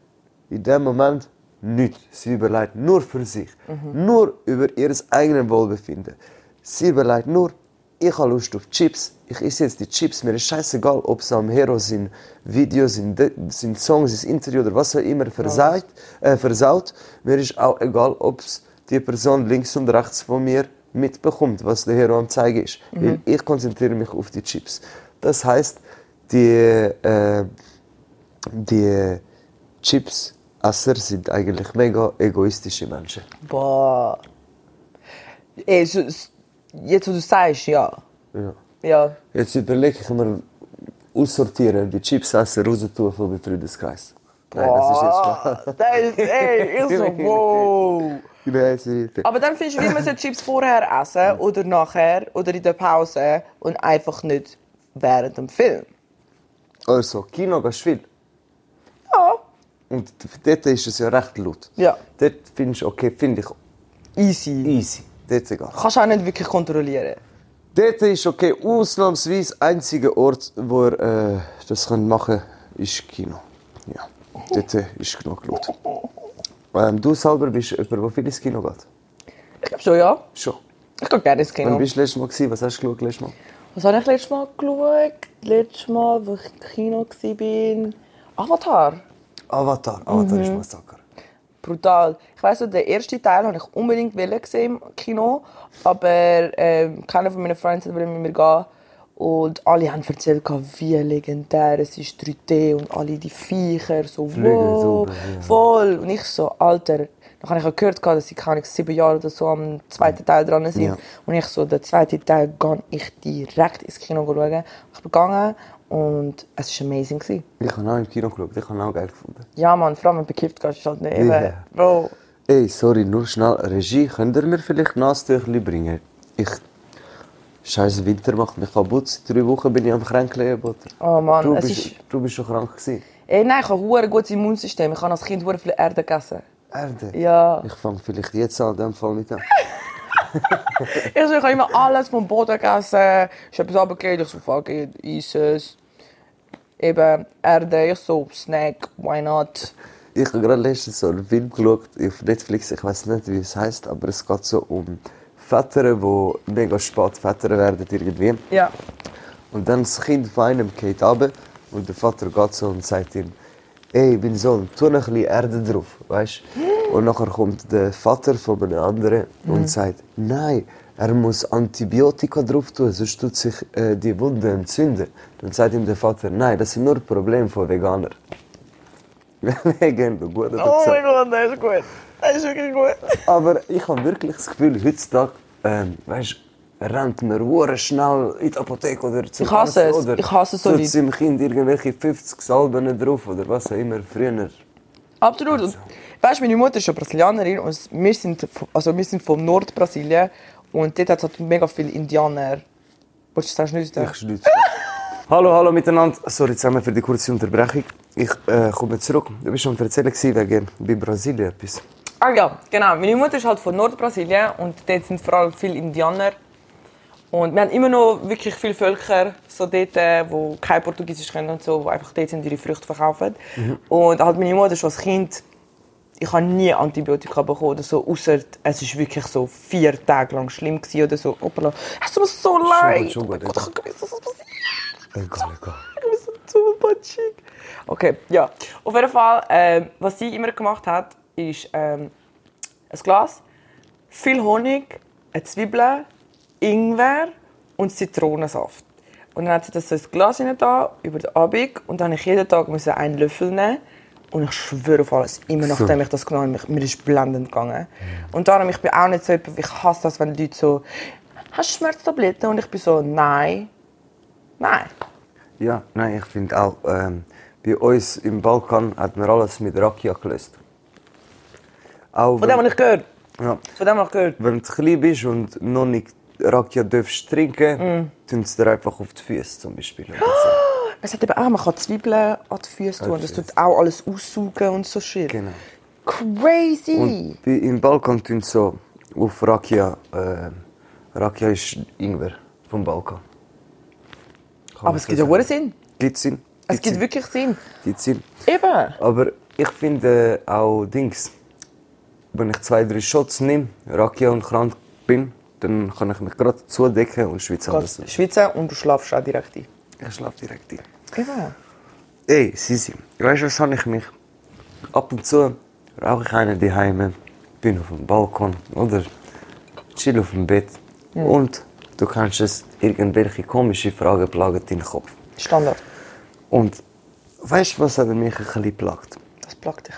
in dem Moment nichts. Sie überlegt nur für sich. Nur über ihr eigenes Wohlbefinden. Sie überlegt nur, ich habe Lust auf Chips, ich esse jetzt die Chips, mir ist scheißegal, ob es am Hero sind Videos, sind, sind Songs, sein Interview oder was auch immer versaut, äh, versaut. Mir ist auch egal, ob es die Person links und rechts von mir mitbekommt, was der Hero am Zeigen ist. Weil ich konzentriere mich auf die Chips. Das heißt, die äh, die Chipsesser sind eigentlich mega egoistische Menschen. Boah. Ey, so, s- jetzt, wo du sagst, ja. Ja. Ja. Jetzt überlege ich mir, aussortieren, die Chipsesser raus tun von meinem Freundeskreis. Nein, das ist jetzt Spaß. Boah, das ist, ey, ich so, wow. Nein, das ist nicht. Aber dann findest du, wie man so Chips vorher essen oder nachher oder in der Pause und einfach nicht während dem Film. Also, Kino gehst du viel. Ja. Und dort ist es ja recht laut. Ja. Dort findest du, okay, finde ich Easy. easy. Dort egal. Kannst du auch nicht wirklich kontrollieren. Dort ist okay, ausnahmsweise einziger Ort, wo er äh, das können machen kann, ist Kino. Ja, dort äh, ist genug laut. Ähm, du selber bist jemand, der viel ins Kino geht. Ich glaube schon, ja. Schon. Ich gehe gerne ins Wann Kino. bist du letztes Mal? Gewesen? Was hast du geschaut letztes Mal? Was habe ich letztes Mal geschaut? Letztes Mal, wo ich im Kino war. Avatar. Avatar. Avatar Mhm. ist mein Sacker. Brutal. Ich weiss noch, den ersten Teil habe ich unbedingt wollen gesehen im Kino, aber ähm, keiner von meinen Freunden wollte mit mir gehen. Und alle haben erzählt, wie legendär es ist, 3D und alle die Viecher, so Flügel, so, wow, ja. voll. Und ich so, Alter, dann habe ich auch gehört, dass sie keine Ahnung, sieben Jahre oder so am zweiten Teil dran sind. Ja. Und ich so, den zweiten Teil gehe ich direkt ins Kino schauen. Ich bin gegangen und es war amazing. Gewesen. Ich habe auch im Kino geschaut. Ich habe ihn auch geil gefunden. Ja, Mann, vor allem wenn du bekifft gehst, ist halt nicht eben, Ja. Bro. Ey, sorry, nur schnell. Regie, könnt ihr mir vielleicht Nasentüchli bringen? Ich Scheiß Winter macht mich kaputt. Seit drei Wochen bin ich am Kränkeln, Butter. Oh Mann, du, es bist, ist- du bist schon krank gewesen. Ey, nein, ich habe ein verdammt gutes Immunsystem. Ich kann als Kind verdammt viel Erde gegessen. Erde. Ja. Ich fange vielleicht jetzt an, in dem Fall mit an. Also, ich habe immer alles vom Boden gegessen. Ich habe es abgekriegt. Ich so, fuck it, iss es. Eben, Erde. Ich so, Snack, why not? Ich habe gerade letztens so einen Film geschaut auf Netflix, ich weiß nicht, wie es heißt, aber es geht so um Väter, die mega spät Väter werden irgendwie. Ja. Und dann das Kind von einem geht runter und der Vater geht so und sagt ihm, «Ey, mein Sohn, tu noch ein bisschen Erde drauf», weißt? Und nachher kommt der Vater von einem anderen und sagt, «Nein, er muss Antibiotika drauf tun, sonst tut sich äh, die Wunde entzünden.» Dann sagt ihm der Vater, «Nein, das sind nur Probleme von Veganern.» Vegan, gut, hat er Oh gesagt. mein Gott, das ist gut. Das ist wirklich gut. Aber ich habe wirklich das Gefühl, heutzutage, ähm, weißt rennt man hure schnell in die Apotheke oder zum Ich hasse Arzt es. Oder Ich hasse so tut Leute. seinem Kind irgendwelche 50 Salben drauf oder was auch immer früher. Absolut. Und, weißt du, meine Mutter ist ja Brasilianerin und es- wir sind, v- also wir sind vom Nordbrasilien und dort hat es halt mega viele Indianer. Wolltest du das nicht sagen? Ich schnitze. hallo, hallo miteinander. Sorry zusammen für die kurze Unterbrechung. Ich äh, komme zurück. Du bist schon erzählen gewesen wegen bei Brasilien etwas. Ah ja, genau. Meine Mutter ist halt von Nordbrasilien und dort sind vor allem viele Indianer. Und wir haben immer noch wirklich viele Völker so dort, äh, die kein Portugiesisch können und so, die einfach dort sind, ihre Früchte verkaufen. Mhm. Und halt meine Mutter schon als Kind, ich habe nie Antibiotika bekommen oder so, außer es ist wirklich so vier Tage lang schlimm gewesen oder so. Hoppala, es tut mir so leid. schon gut, Oh ja. mein Gott, ich habe gewusst, dass das passiert. Egal, egal. Ich bin so zungenpatschig. Okay, ja. Auf jeden Fall, ähm, was sie immer gemacht hat, ist ähm, ein Glas, viel Honig, eine Zwiebel, Ingwer und Zitronensaft. Und dann hat sie das so ins Glas hinein da über den Abend und dann musste ich jeden Tag müssen einen Löffel nehmen. Und ich schwöre auf alles, immer nachdem ich das genommen habe, mir ist blendend gegangen. Und darum, ich bin auch nicht so jemand, ich hasse das, wenn Leute so, hast du Schmerztabletten? Und ich bin so, nein, nein. Ja, nein, ich finde auch, ähm, bei uns im Balkan hat man alles mit Rakia gelöst. Auch Von dem wenn- habe ich gehört. ja. Von dem habe ich gehört. wenn du klein bist und noch nicht Rakia darfst Mm. trinken, tun sie dir einfach auf die Füße zum Beispiel. oder so. Es hat eben auch, man kann Zwiebeln an die Füße tun. die Das Füße. tut auch alles aussaugen und so shit. Genau. Crazy! Und bei- im Balkan tun sie so auf Rakia. Äh, Rakia ist Ingwer vom Balkan. Kann Aber man es so gibt ja sagen. einen Sinn. Gibt Sinn. Es gibt wirklich Sinn. Gibt Sinn. Eben. Aber ich finde äh, auch Dings, wenn ich zwei, drei Shots nehme, Rakia und krank bin, dann kann ich mich gerade zudecken und schwitze alles. Kannst schwitzen und du schlafst auch direkt ein. Ich schlafe direkt ein. Eben. Ey, Sisi, weißt du, was habe ich mich? Ab und zu rauche ich einen daheim, bin auf dem Balkon oder chill auf dem Bett. Und du kannst es, irgendwelche komische Fragen plagen deinen Kopf. Standard. Und weißt du, was hat mich ein bisschen plagt? Das plagt dich.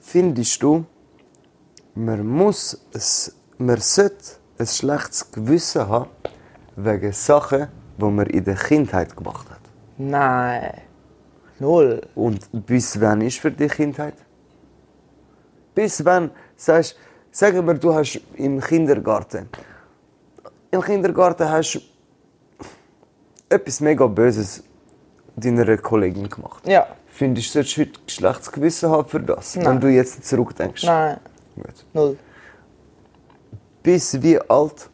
Findest du, man muss es, man sollte ein schlechtes Gewissen haben wegen Sachen, die man in der Kindheit gemacht hat? Nein. Null. Und bis wann ist für dich Kindheit? Bis wann sagst, sagen wir, du hast im Kindergarten. Im Kindergarten hast du etwas mega Böses deiner Kollegin gemacht. Ja. Findest du, solltest du heute Geschlechtsgewissen haben für das, wenn Nein. du jetzt zurückdenkst? Nein. Gut. Null. Bis wie alt?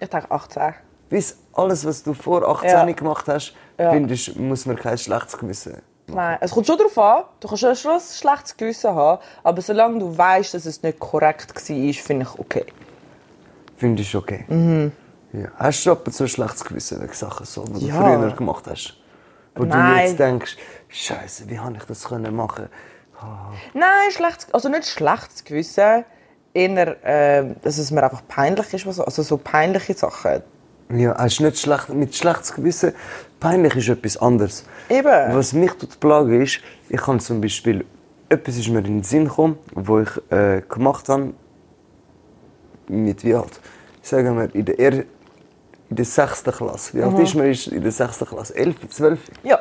Ich denke 18. Bis alles, was du vor 18 Ja. gemacht hast, Ja. findest, muss man kein schlechtes Gewissen haben. Nein. Es kommt schon darauf an, du kannst schon ein schlechtes Gewissen haben, aber solange du weißt, dass es nicht korrekt war, finde ich okay. Finde ich okay. Mhm. Ja. Hast du ab und zu ein schlechtes Gewissen wegen Sachen, so, die Ja. du früher gemacht hast? Wo Nein. du jetzt denkst, Scheiße, wie habe ich das können machen? Ah, Nein, schlechtes, also nicht schlechtes Gewissen, eher, ähm, dass es mir einfach peinlich ist, was- also so peinliche Sachen. Ja, hast du nicht schlecht, mit schlechtes Gewissen. Peinlich ist etwas anderes. Eben. Was mich tut plagen ist, ich kann zum Beispiel, etwas ist mir in den Sinn gekommen, wo ich äh, gemacht habe, mit wie alt? Sagen wir, in der, er in der sechsten Klasse. Wie alt Mhm. ist man ist in der sechsten Klasse? Elf, zwölf? Ja,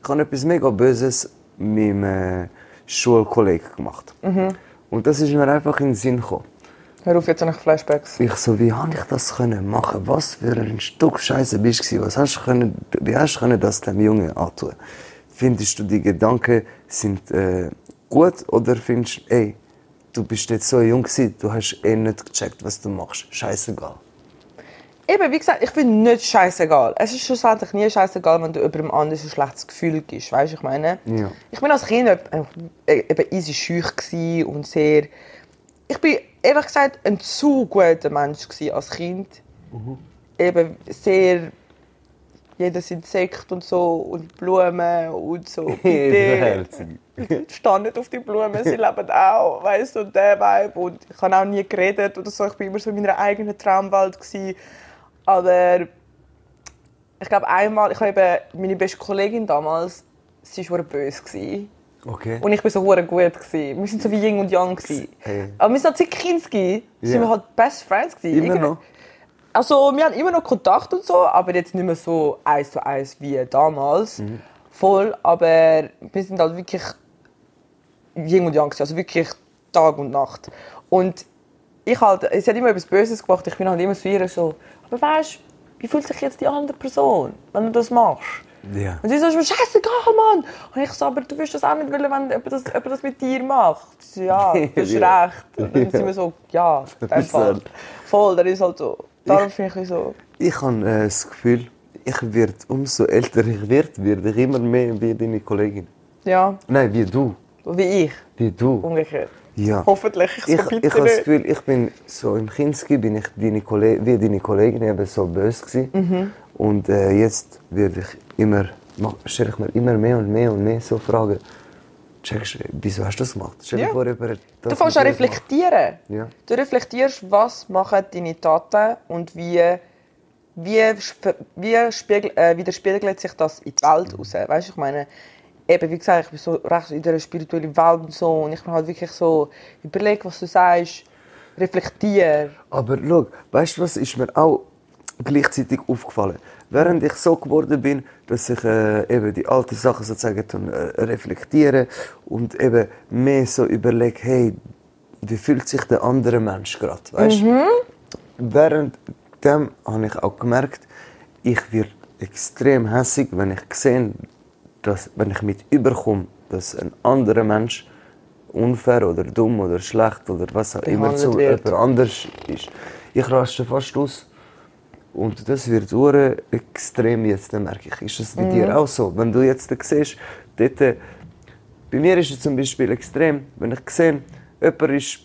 Ich habe etwas mega Böses mit Mhm. meinem äh, Schulkollegen gemacht. Und das ist mir einfach in den Sinn gekommen. Hör auf jetzt nach Flashbacks. Ich so, wie habe ich das können machen? Was für ein Stück Scheiße bist du? gewesen? Was hast du können, wie hast du können das dem Jungen antun? Findest du, die Gedanken sind äh, gut oder findest du, ey, du bist jetzt so jung gewesen, du hast eh nicht gecheckt, was du machst. Scheißegal. Eben, wie gesagt, ich bin nicht scheißegal. Es ist schlussendlich nie scheißegal, wenn du über einem anderen ein schlechtes Gefühl gibst. Weißt du, ich meine? Ja. Ich bin als Kind einfach, äh, eben easy schüch gsi und sehr. Ich bin ehrlich gesagt ein zu guter Mensch gsi als Kind. Eben sehr. Jedes Insekt und so und Blumen und so. Bitte. stand nicht auf die Blumen, sie leben auch, weißt du, und der Vibe. Und ich habe auch nie geredet oder so. Ich war immer so in meiner eigenen Traumwelt. Gewesen. Aber ich glaube, einmal, ich habe eben meine beste Kollegin damals, sie war böse. Gewesen. Okay. Und ich war so hure gut. Gewesen. Wir waren so wie Yin und Yang. Gewesen. Hey. Aber wir sind seit Kinski, Ja. sind wir halt Best Friends. Gewesen. Immer Irgendwie- noch. also wir haben immer noch Kontakt und so, aber jetzt nicht mehr so eins zu eins wie damals. Voll, aber wir sind halt wirklich Yin und Yang, gewesen, also wirklich Tag und Nacht. Und ich halt, sie hat immer etwas Böses gemacht, ich bin halt immer zu ihr so, aber weißt wie fühlt sich jetzt die andere Person, wenn du das machst? Ja. Und sie so, ist mir scheißegal, Mann! Und ich so, aber du wirst das auch nicht wollen, wenn jemand das, jemand das mit dir macht. Sie So, ja, du hast Ja. recht. Und dann sind wir so, ja, in dem Das ist Fall. halt- Voll, dann ist halt so. Darum Ich- finde ich so, Ich habe äh, das Gefühl, ich werde, umso älter ich werde, werde ich immer mehr wie deine Kollegin. ja, Nein, wie du. wie ich, Wie du. umgekehrt. Ja. Hoffentlich, ich Ich, so ich bitte habe das nicht. Gefühl, ich bin so im Kinski bin ich deine Kolle wie deine Kollegin eben so böse gsi Mhm. und äh, jetzt werde ich immer mach- stelle ich mir immer mehr und mehr und mehr so Fragen. Checkst, du, wieso hast du das gemacht? Stell dir Ja. vor, jemand hat das Du fängst an mit dir gemacht. reflektieren. Ja. Du reflektierst, was machen deine Taten und wie, wie, sp- wie spiegel, äh, widerspiegelt sich das in die Welt raus. Weißt du, ich meine, eben, wie gesagt, ich bin so recht in dieser spirituellen Welt und so und ich bin halt wirklich so, überleg, was du sagst, reflektier. Aber schau, weißt du, was ist mir auch gleichzeitig aufgefallen? Während ich so geworden bin, dass ich äh, eben die alten Sachen sozusagen tun, äh, reflektiere und eben mehr so überlege, hey, wie fühlt sich der andere Mensch gerade, weißt du? Während dem habe ich auch gemerkt, ich werde extrem hässig, wenn ich sehe, dass, wenn ich mit überkomme, dass ein anderer Mensch unfair oder dumm oder schlecht oder was auch immer Behandelt zu wird. jemand anders ist. Ich raste fast aus. Und das wird hure extrem jetzt, dann merke ich. Ist das bei dir auch so? Wenn du jetzt da siehst, dort, äh, bei mir ist es zum Beispiel extrem, wenn ich sehe, jemand ist,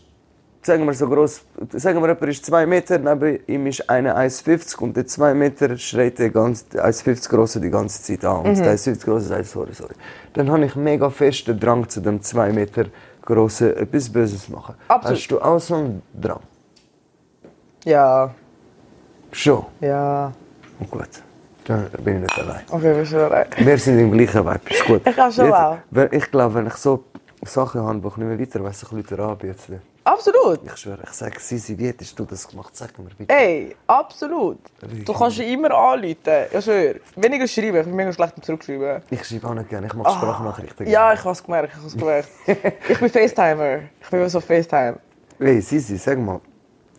sagen wir so groß, sagen wir, jemand ist 2 Meter, neben ihm ist einer 1,50 und der 2 Meter schreit der ganz- der 1,50 Große die ganze Zeit an. Und der 1,50 Große sagt, sorry, sorry. Dann habe ich mega fest den Drang, zu dem 2 Meter Großen etwas Böses zu machen. Absolut. Hast du auch so einen Drang? Ja, Schon. ja. Oh, gut. Dann bin ich nicht allein. Okay, bist du bereit? Wir sind im gleichen Vibe, ist gut. Ich auch schon Jetzt, auch. wenn- Ich glaube, wenn ich so Sachen habe, die ich nicht mehr weiter weiss, ich Leute anbieten. Absolut. Ich schwöre, ich sage, Sisi, wie hättest du das gemacht? Sag mir bitte. Ey, absolut. Richtig. Du kannst sie immer anrufen. Ich schwöre. Weniger schreiben, ich bin mega schlecht im Zurückschreiben. Ich schreibe auch nicht gerne, ich mache Sprachnachrichten Ah. Ja, gerne. ich habe es gemerkt, ich habe es gemerkt. ich bin Facetimer. Ich bin immer so Facetime. Ey, Sisi, sag mal,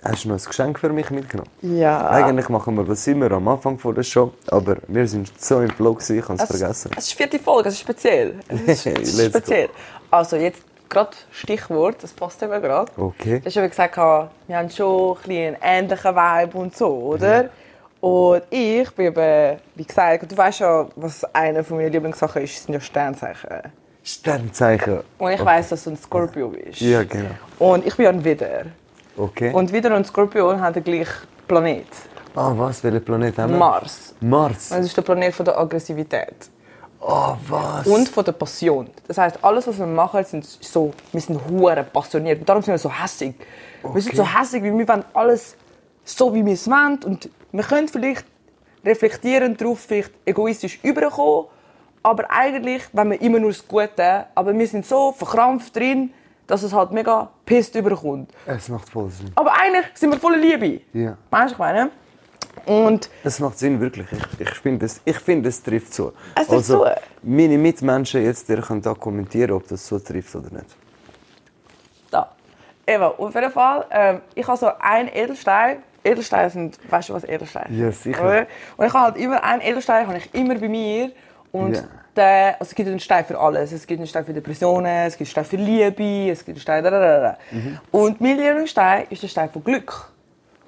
hast du noch ein Geschenk für mich mitgenommen? Ja. Eigentlich machen wir das immer am Anfang von der Show, aber wir sind so im Flow, gewesen, ich habe es es, vergessen. Es ist die vierte Folge, es ist speziell. Es ist, Hey, es let's ist speziell. Also jetzt gerade Stichwort, das passt immer gerade. Okay. Du hast eben gesagt, wir haben schon ein bisschen einen ähnlichen Vibe und so, oder? Und ich bin eben, wie gesagt, du weißt ja, was eine von meiner Lieblingssachen ist, sind ja Sternzeichen. Sternzeichen. Und ich weiss, dass du ein Scorpio bist. Oh. Ja, genau. Und ich bin ja ein Widder. Okay. Und Widder und Scorpio haben den gleichen Planet, Ah, was? Welchen Planet haben wir? Mars. Mars. Und das Also ist der Planet von der Aggressivität Oh, was? und von der Passion. Das heißt, alles, was wir machen, sind so, wir sind hure passioniert. Und darum sind wir so hässig. Wir sind Okay. so hässig, weil wir wollen alles so, wie wir es wollen. Und wir können vielleicht reflektierend darauf vielleicht egoistisch überkommen. Aber eigentlich wollen wir immer nur das Gute. Aber wir sind so verkrampft drin, dass es halt mega pisst überkommt. Es macht voll Sinn. Aber eigentlich sind wir voller Liebe. Ja. Weißt du, was ich meine? Und Das macht Sinn, wirklich. Ich, ich finde, es, ich finde, es trifft so. Es trifft also, zu. meine Mitmenschen jetzt, die können da kommentieren, ob das so trifft oder nicht. da. Eben, auf jeden Fall, ähm, ich habe so einen Edelstein. Edelsteine sind, weißt du was Edelsteine sind? Ja, sicher. Oder? Und ich habe halt immer einen Edelstein, habe ich immer bei mir. Und Ja. der, also es gibt einen Stein für alles. Es gibt einen Stein für Depressionen, es gibt einen Stein für Liebe, es gibt einen Stein... Da, da, da, da. Mhm. Und mein Lieblingsstein ist der Stein von Glück.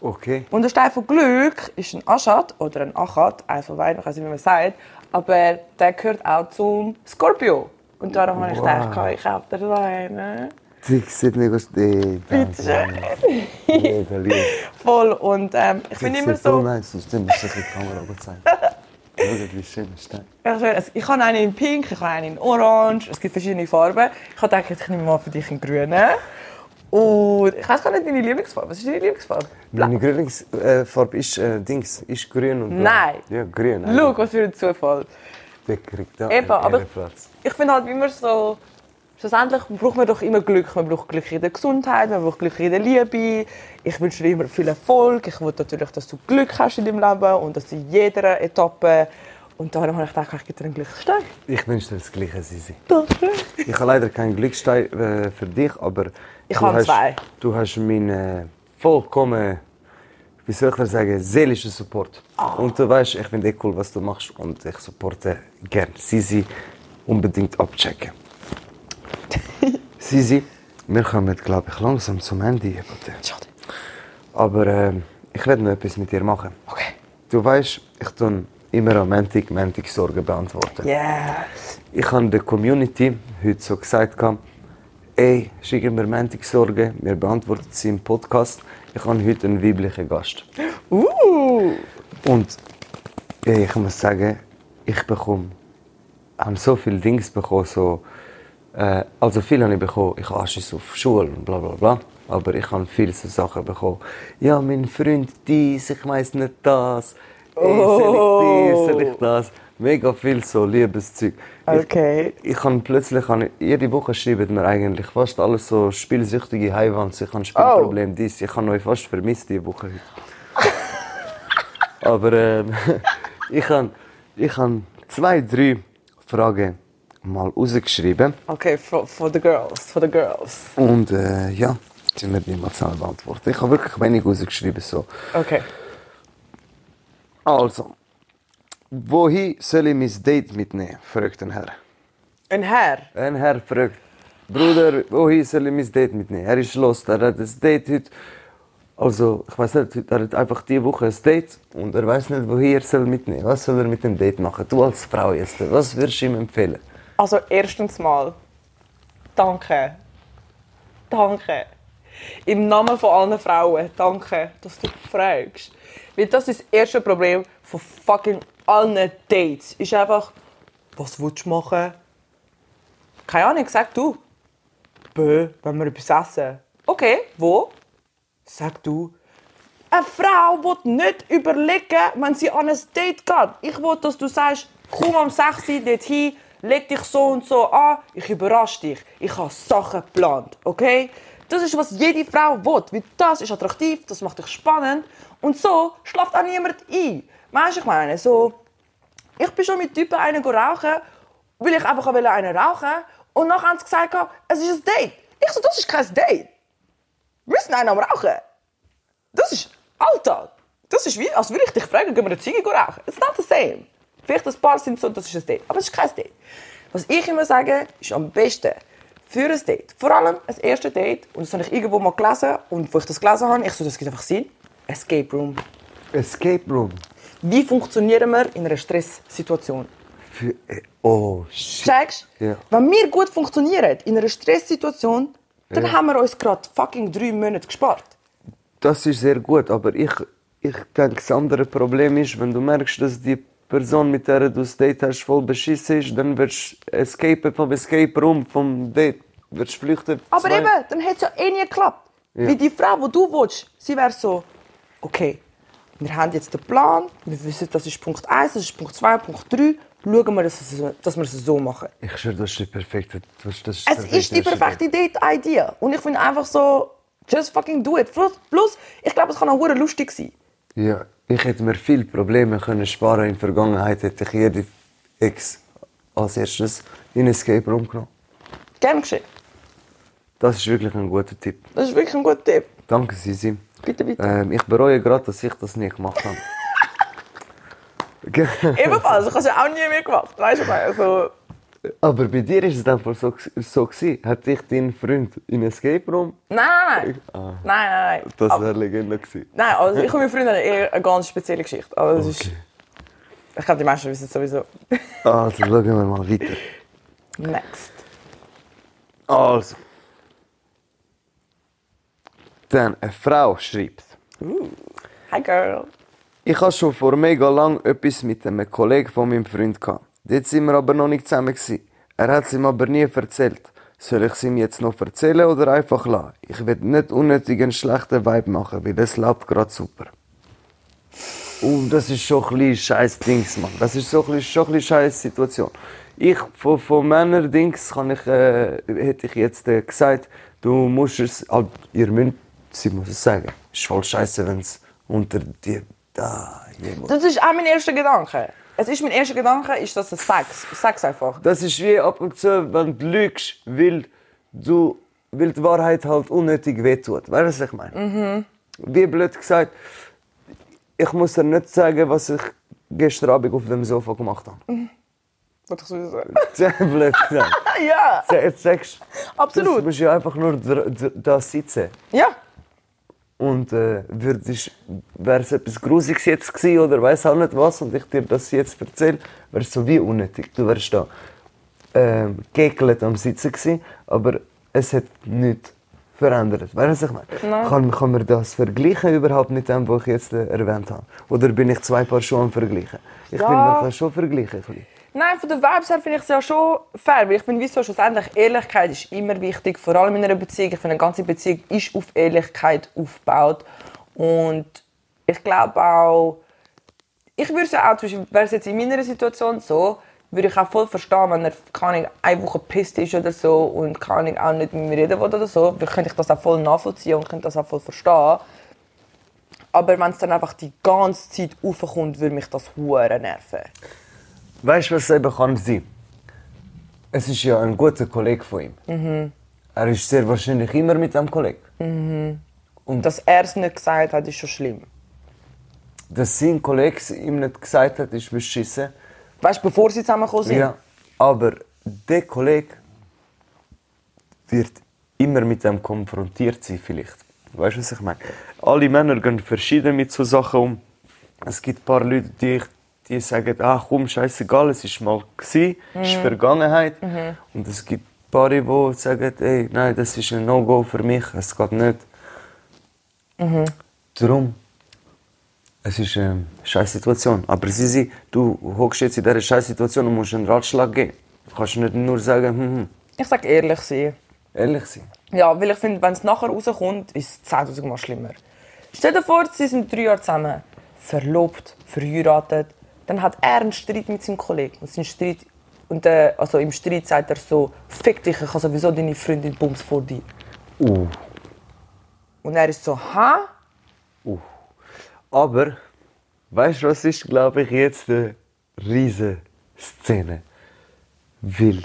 Okay. Und der Stein von Glück ist ein Aschat oder ein Achat, eins von beiden, ich weiß nicht, wie man sagt, aber der gehört auch zum Scorpio. Und darum habe ich Wow. gedacht, ich kaufe dir so einen. ne? Zig sind nicht aus der Bitte Voll. Und ähm, ich bin immer so so... nice aus, dann musst du die Kamera oben zeigen. Schau, wie schön ist das. Ich, schwöre, es- also ich habe einen in Pink, ich habe einen in Orange, es gibt verschiedene Farben. Ich habe gedacht, ich nehme mal für dich einen grünen. Und ich weiß gar nicht deine Lieblingsfarbe. Was ist deine Lieblingsfarbe? Blau. Meine Gründungsfarbe ist äh, Dings, ist grün und blau. Nein. Ja, grün. Schau, was für ein Zufall. Der kriegt da Eben, einen aber- Ehrenplatz. ich finde halt immer so, schlussendlich braucht man doch immer Glück. Man braucht Glück in der Gesundheit, man braucht Glück in der Liebe. Ich wünsche dir immer viel Erfolg. Ich will natürlich, dass du Glück hast in deinem Leben und dass in jeder Etappe. Und darum habe ich gedacht, ich gebe dir einen Glücksstein. Ich wünsche dir das Gleiche, Sisi. Danke. Ich habe leider keinen Glückstein äh, für dich, aber... Ich du habe hast- zwei. Du hast meinen äh, vollkommen, wie soll ich das sagen, seelischen Support. Und du weißt, ich finde eh cool, was du machst und ich supporte gern. Sisi, unbedingt abchecken. Sisi, wir kommen, glaube ich, langsam zum Ende. hier, bitte. Schade. Aber ähm, ich werde noch etwas mit dir machen. Okay. Du weißt, ich tun immer am Montag, Montag Sorgen beantworten. Yes. Ich habe der Community heute so gesagt, gehabt, ey, schicken mir Montag Sorgen, wir beantworten sie im Podcast. Ich habe heute einen weiblichen Gast. Uh. Und ey, ich muss sagen, ich bekomme, habe so viele Dings bekommen, so, äh, also viel habe ich bekommen, ich habe Anschiss auf Schule und bla bla bla, aber ich habe viele so Sachen bekommen. Ja, mein Freund dies, ich weiß nicht das, ey, soll ich dies, soll ich das, mega viel so Liebeszeug. Okay. Ich, ich habe plötzlich, habe, ich- jede Woche schreiben mir eigentlich fast alles so spielsüchtige Heimwans, ich habe Spielproblem, dies, ich habe euch fast vermisst diese Woche heute. Aber ähm, ich habe ich han zwei, drei Fragen mal rausgeschrieben. Okay, for, for the girls, for the girls. Und äh, ja, sind wir nicht mal schnell beantwortet. Ich habe wirklich wenig rausgeschrieben. So. Okay. Also, wohin soll ich mein Date mitnehmen? fragt ein Herr. Ein Herr. Ein Herr fragt, Bruder, wohin soll ich mein Date mitnehmen? Er ist los, er hat das Date heute. Also, ich weiß nicht, er hat einfach diese Woche ein Date und er weiß nicht, wohin er soll mitnehmen. Was soll er mit dem Date machen? Du als Frau jetzt, was würdest du ihm empfehlen? Also erstens mal, danke. Danke. Im Namen von allen Frauen, danke, dass du fragst. Weil das ist das erste Problem von fucking allen Dates. Ist einfach, was willst du machen? Keine Ahnung, sag du. Bö, wenn wir etwas essen. Okay, wo? Sag du. Eine Frau will nicht überlegen, wenn sie an ein Date geht. Ich will, dass du sagst, komm am 6 Uhr dorthin, leg dich so und so an, ich überrasche dich. Ich habe Sachen geplant, okay? Das ist, was jede Frau will, weil das ist attraktiv, das macht dich spannend. Und so schlaft auch niemand ein. Weißt du, ich meine, so... Ich bin schon mit Typen einen go rauchen, weil ich einfach wollte einen rauchen Und nachher haben sie gesagt, es ist ein Date. Ich so, das ist kein Date. Wir sind einen am Rauchen. Das ist Alltag. Das ist wie, als würde ich dich fragen, gehen wir eine Ziege rauchen. It's not the same. Vielleicht ein paar sind so, das ist ein Date. Aber es ist kein Date. Was ich immer sage, ist am besten für ein Date. Vor allem das erste Date. Und das habe ich irgendwo mal gelesen. Und wo ich das gelesen habe, ich so, das gibt einfach Sinn. Escape Room. Escape Room. Wie funktionieren wir in einer Stresssituation? Für, äh, oh, shit. Checkst? Ja. Wenn wir gut funktionieren in einer Stresssituation, dann haben wir uns gerade fucking drei Monate gespart. Das ist sehr gut, aber ich, ich denke, das andere Problem ist, wenn du merkst, dass die Person, mit der du das Date hast, voll beschissen ist, dann wirst du escapen vom Escape Room, vom Date, wirst flüchten. Aber Zwei- eben, dann hätte es ja eh nie geklappt. Ja. Wie die Frau, die du willst, sie wäre so, okay, wir haben jetzt den Plan, wir wissen, das ist Punkt 1, das ist Punkt 2, Punkt 3, schauen wir, dass, es, so- dass wir es so machen. Ich schwöre, das ist die perfekte. Das ist, das ist Es ist die perfekte Date-Idee. Und ich finde einfach so, just fucking do it. Plus, plus ich glaube, es kann auch hure lustig sein. Ja, ich hätte mir viele Probleme können sparen in der Vergangenheit, hätte ich jede Ex als erstes in den Escape Room genommen. Gerne geschehen. Das ist wirklich ein guter Tipp. Das ist wirklich ein guter Tipp. Danke, Sisi. Bitte, bitte. Ähm, ich bereue gerade, dass ich das nicht gemacht habe. Ge- Ebenfalls, ich habe es ja auch nie mehr gemacht. Weißt du, also, Aber bei dir ist es dann voll so, gsi- so gewesen. Hat dich dein Freund in einen Escape Room? nein, nein, nein. Ah. Nein, nein, nein. Das Aber, wäre Legende gewesen. nein also, ich und meine Freunde haben eher eine ganz spezielle Geschichte. Also, das ist, Okay. ich glaube, die meisten wissen es sowieso. Also schauen wir mal weiter. Next. Also. Dann eine Frau schreibt. Hi, Girl. Ich habe schon vor mega lang etwas mit einem Kollegen von meinem Freund gehabt. Dort sind wir aber noch nicht zusammen. Gewesen. Er hat es ihm aber nie erzählt. Soll ich es ihm jetzt noch erzählen oder einfach lassen? Ich will nicht unnötig einen schlechten Vibe machen, weil es läuft gerade super. Uh, das ist schon ein bisschen scheiß Dings, Mann. Das ist so ein bisschen, schon ein bisschen scheiß Situation. Ich, von, von Männer-Dings kann ich, äh, hätte ich jetzt äh, gesagt, du musst es, halt, ihr müsst, sie muss es sagen. Ist voll scheiße, wenn es unter dir, da, jemand. Das ist auch mein erster Gedanke. Es ist mein erster Gedanke, ist das ein Sex. Sex einfach. Das ist wie ab und zu, wenn du lügst, weil du, weil die Wahrheit halt unnötig wehtut. Weißt du, was ich meine? Wie blöd gesagt, ich muss dir nicht sagen, was ich gestern Abend auf dem Sofa gemacht habe. Wollte ich sowieso sagen. Sehr blöd gesagt. ja, Sehr- Jetzt sagst du, du absolut. musst ja einfach nur dr- dr- da sitzen. Ja. Und äh, würdest, wäre es etwas Grusiges jetzt gewesen oder weiß auch nicht was und ich dir das jetzt erzähle, wäre es so wie unnötig. Du wärst da ähm, gekelt am Sitzen gewesen, aber es hat nichts verändert. Weißt du, was ich meine? Kann, kann man das vergleichen überhaupt mit dem, was ich jetzt äh, erwähnt habe? Oder bin ich zwei Paar Schuhe am Vergleichen? Ich Ja. bin man kann schon vergleichen. ein bisschen. Nein, von den Vibes her finde ich es ja schon fair, weil ich bin wieso schlussendlich, Ehrlichkeit ist immer wichtig, vor allem in einer Beziehung. Ich finde, eine ganze Beziehung ist auf Ehrlichkeit aufgebaut und ich glaube auch, ich würde es ja auch, zum Beispiel, wäre es jetzt in meiner Situation so, würde ich auch voll verstehen, wenn er, keine Ahnung, eine Woche pisst ist oder so und keine Ahnung, auch nicht mit mir reden will oder so, dann könnte ich das auch voll nachvollziehen und könnte das auch voll verstehen. Aber wenn es dann einfach die ganze Zeit aufkommt, würde mich das hure nerven. Weißt du, was es eben kann sein? Es ist ja ein guter Kollege von ihm. Er ist sehr wahrscheinlich immer mit dem Kollegen. Dass er es nicht gesagt hat, ist schon schlimm. Dass sein Kollege es ihm nicht gesagt hat, ist beschissen. Weißt du, bevor sie zusammengekommen sind? Ja. Aber der Kollege wird immer mit dem konfrontiert sein, vielleicht. Weißt du, was ich meine? Alle Männer gehen verschieden mit so Sachen um. Es gibt ein paar Leute, die, die sagen, ach komm, scheißegal, es ist mal gsi, ist Vergangenheit. Und es gibt paar, die sagen, ey, nein, das ist ein No-Go für mich, es geht nicht. Darum, es ist eine scheiß Situation. Aber Sisi, du hockst jetzt in dieser scheiß Situation und musst einen Ratschlag geben. Du kannst nicht nur sagen, hm, hm, Ich sage ehrlich sein. ehrlich sein. Ja, weil ich finde, wenn es nachher rauskommt, ist es 10.000 Mal schlimmer. Stell dir vor, sie sind drei Jahre zusammen, verlobt, verheiratet. Dann hat er einen Streit mit seinem Kollegen. Und, sein Streit, und äh, also im Streit sagt er so, fick dich, ich habe sowieso deine Freundin Bums vor dir. Uh. Und er ist so, ha? Aber, weißt du, was ist, glaube ich, jetzt eine riesige Szene? Weil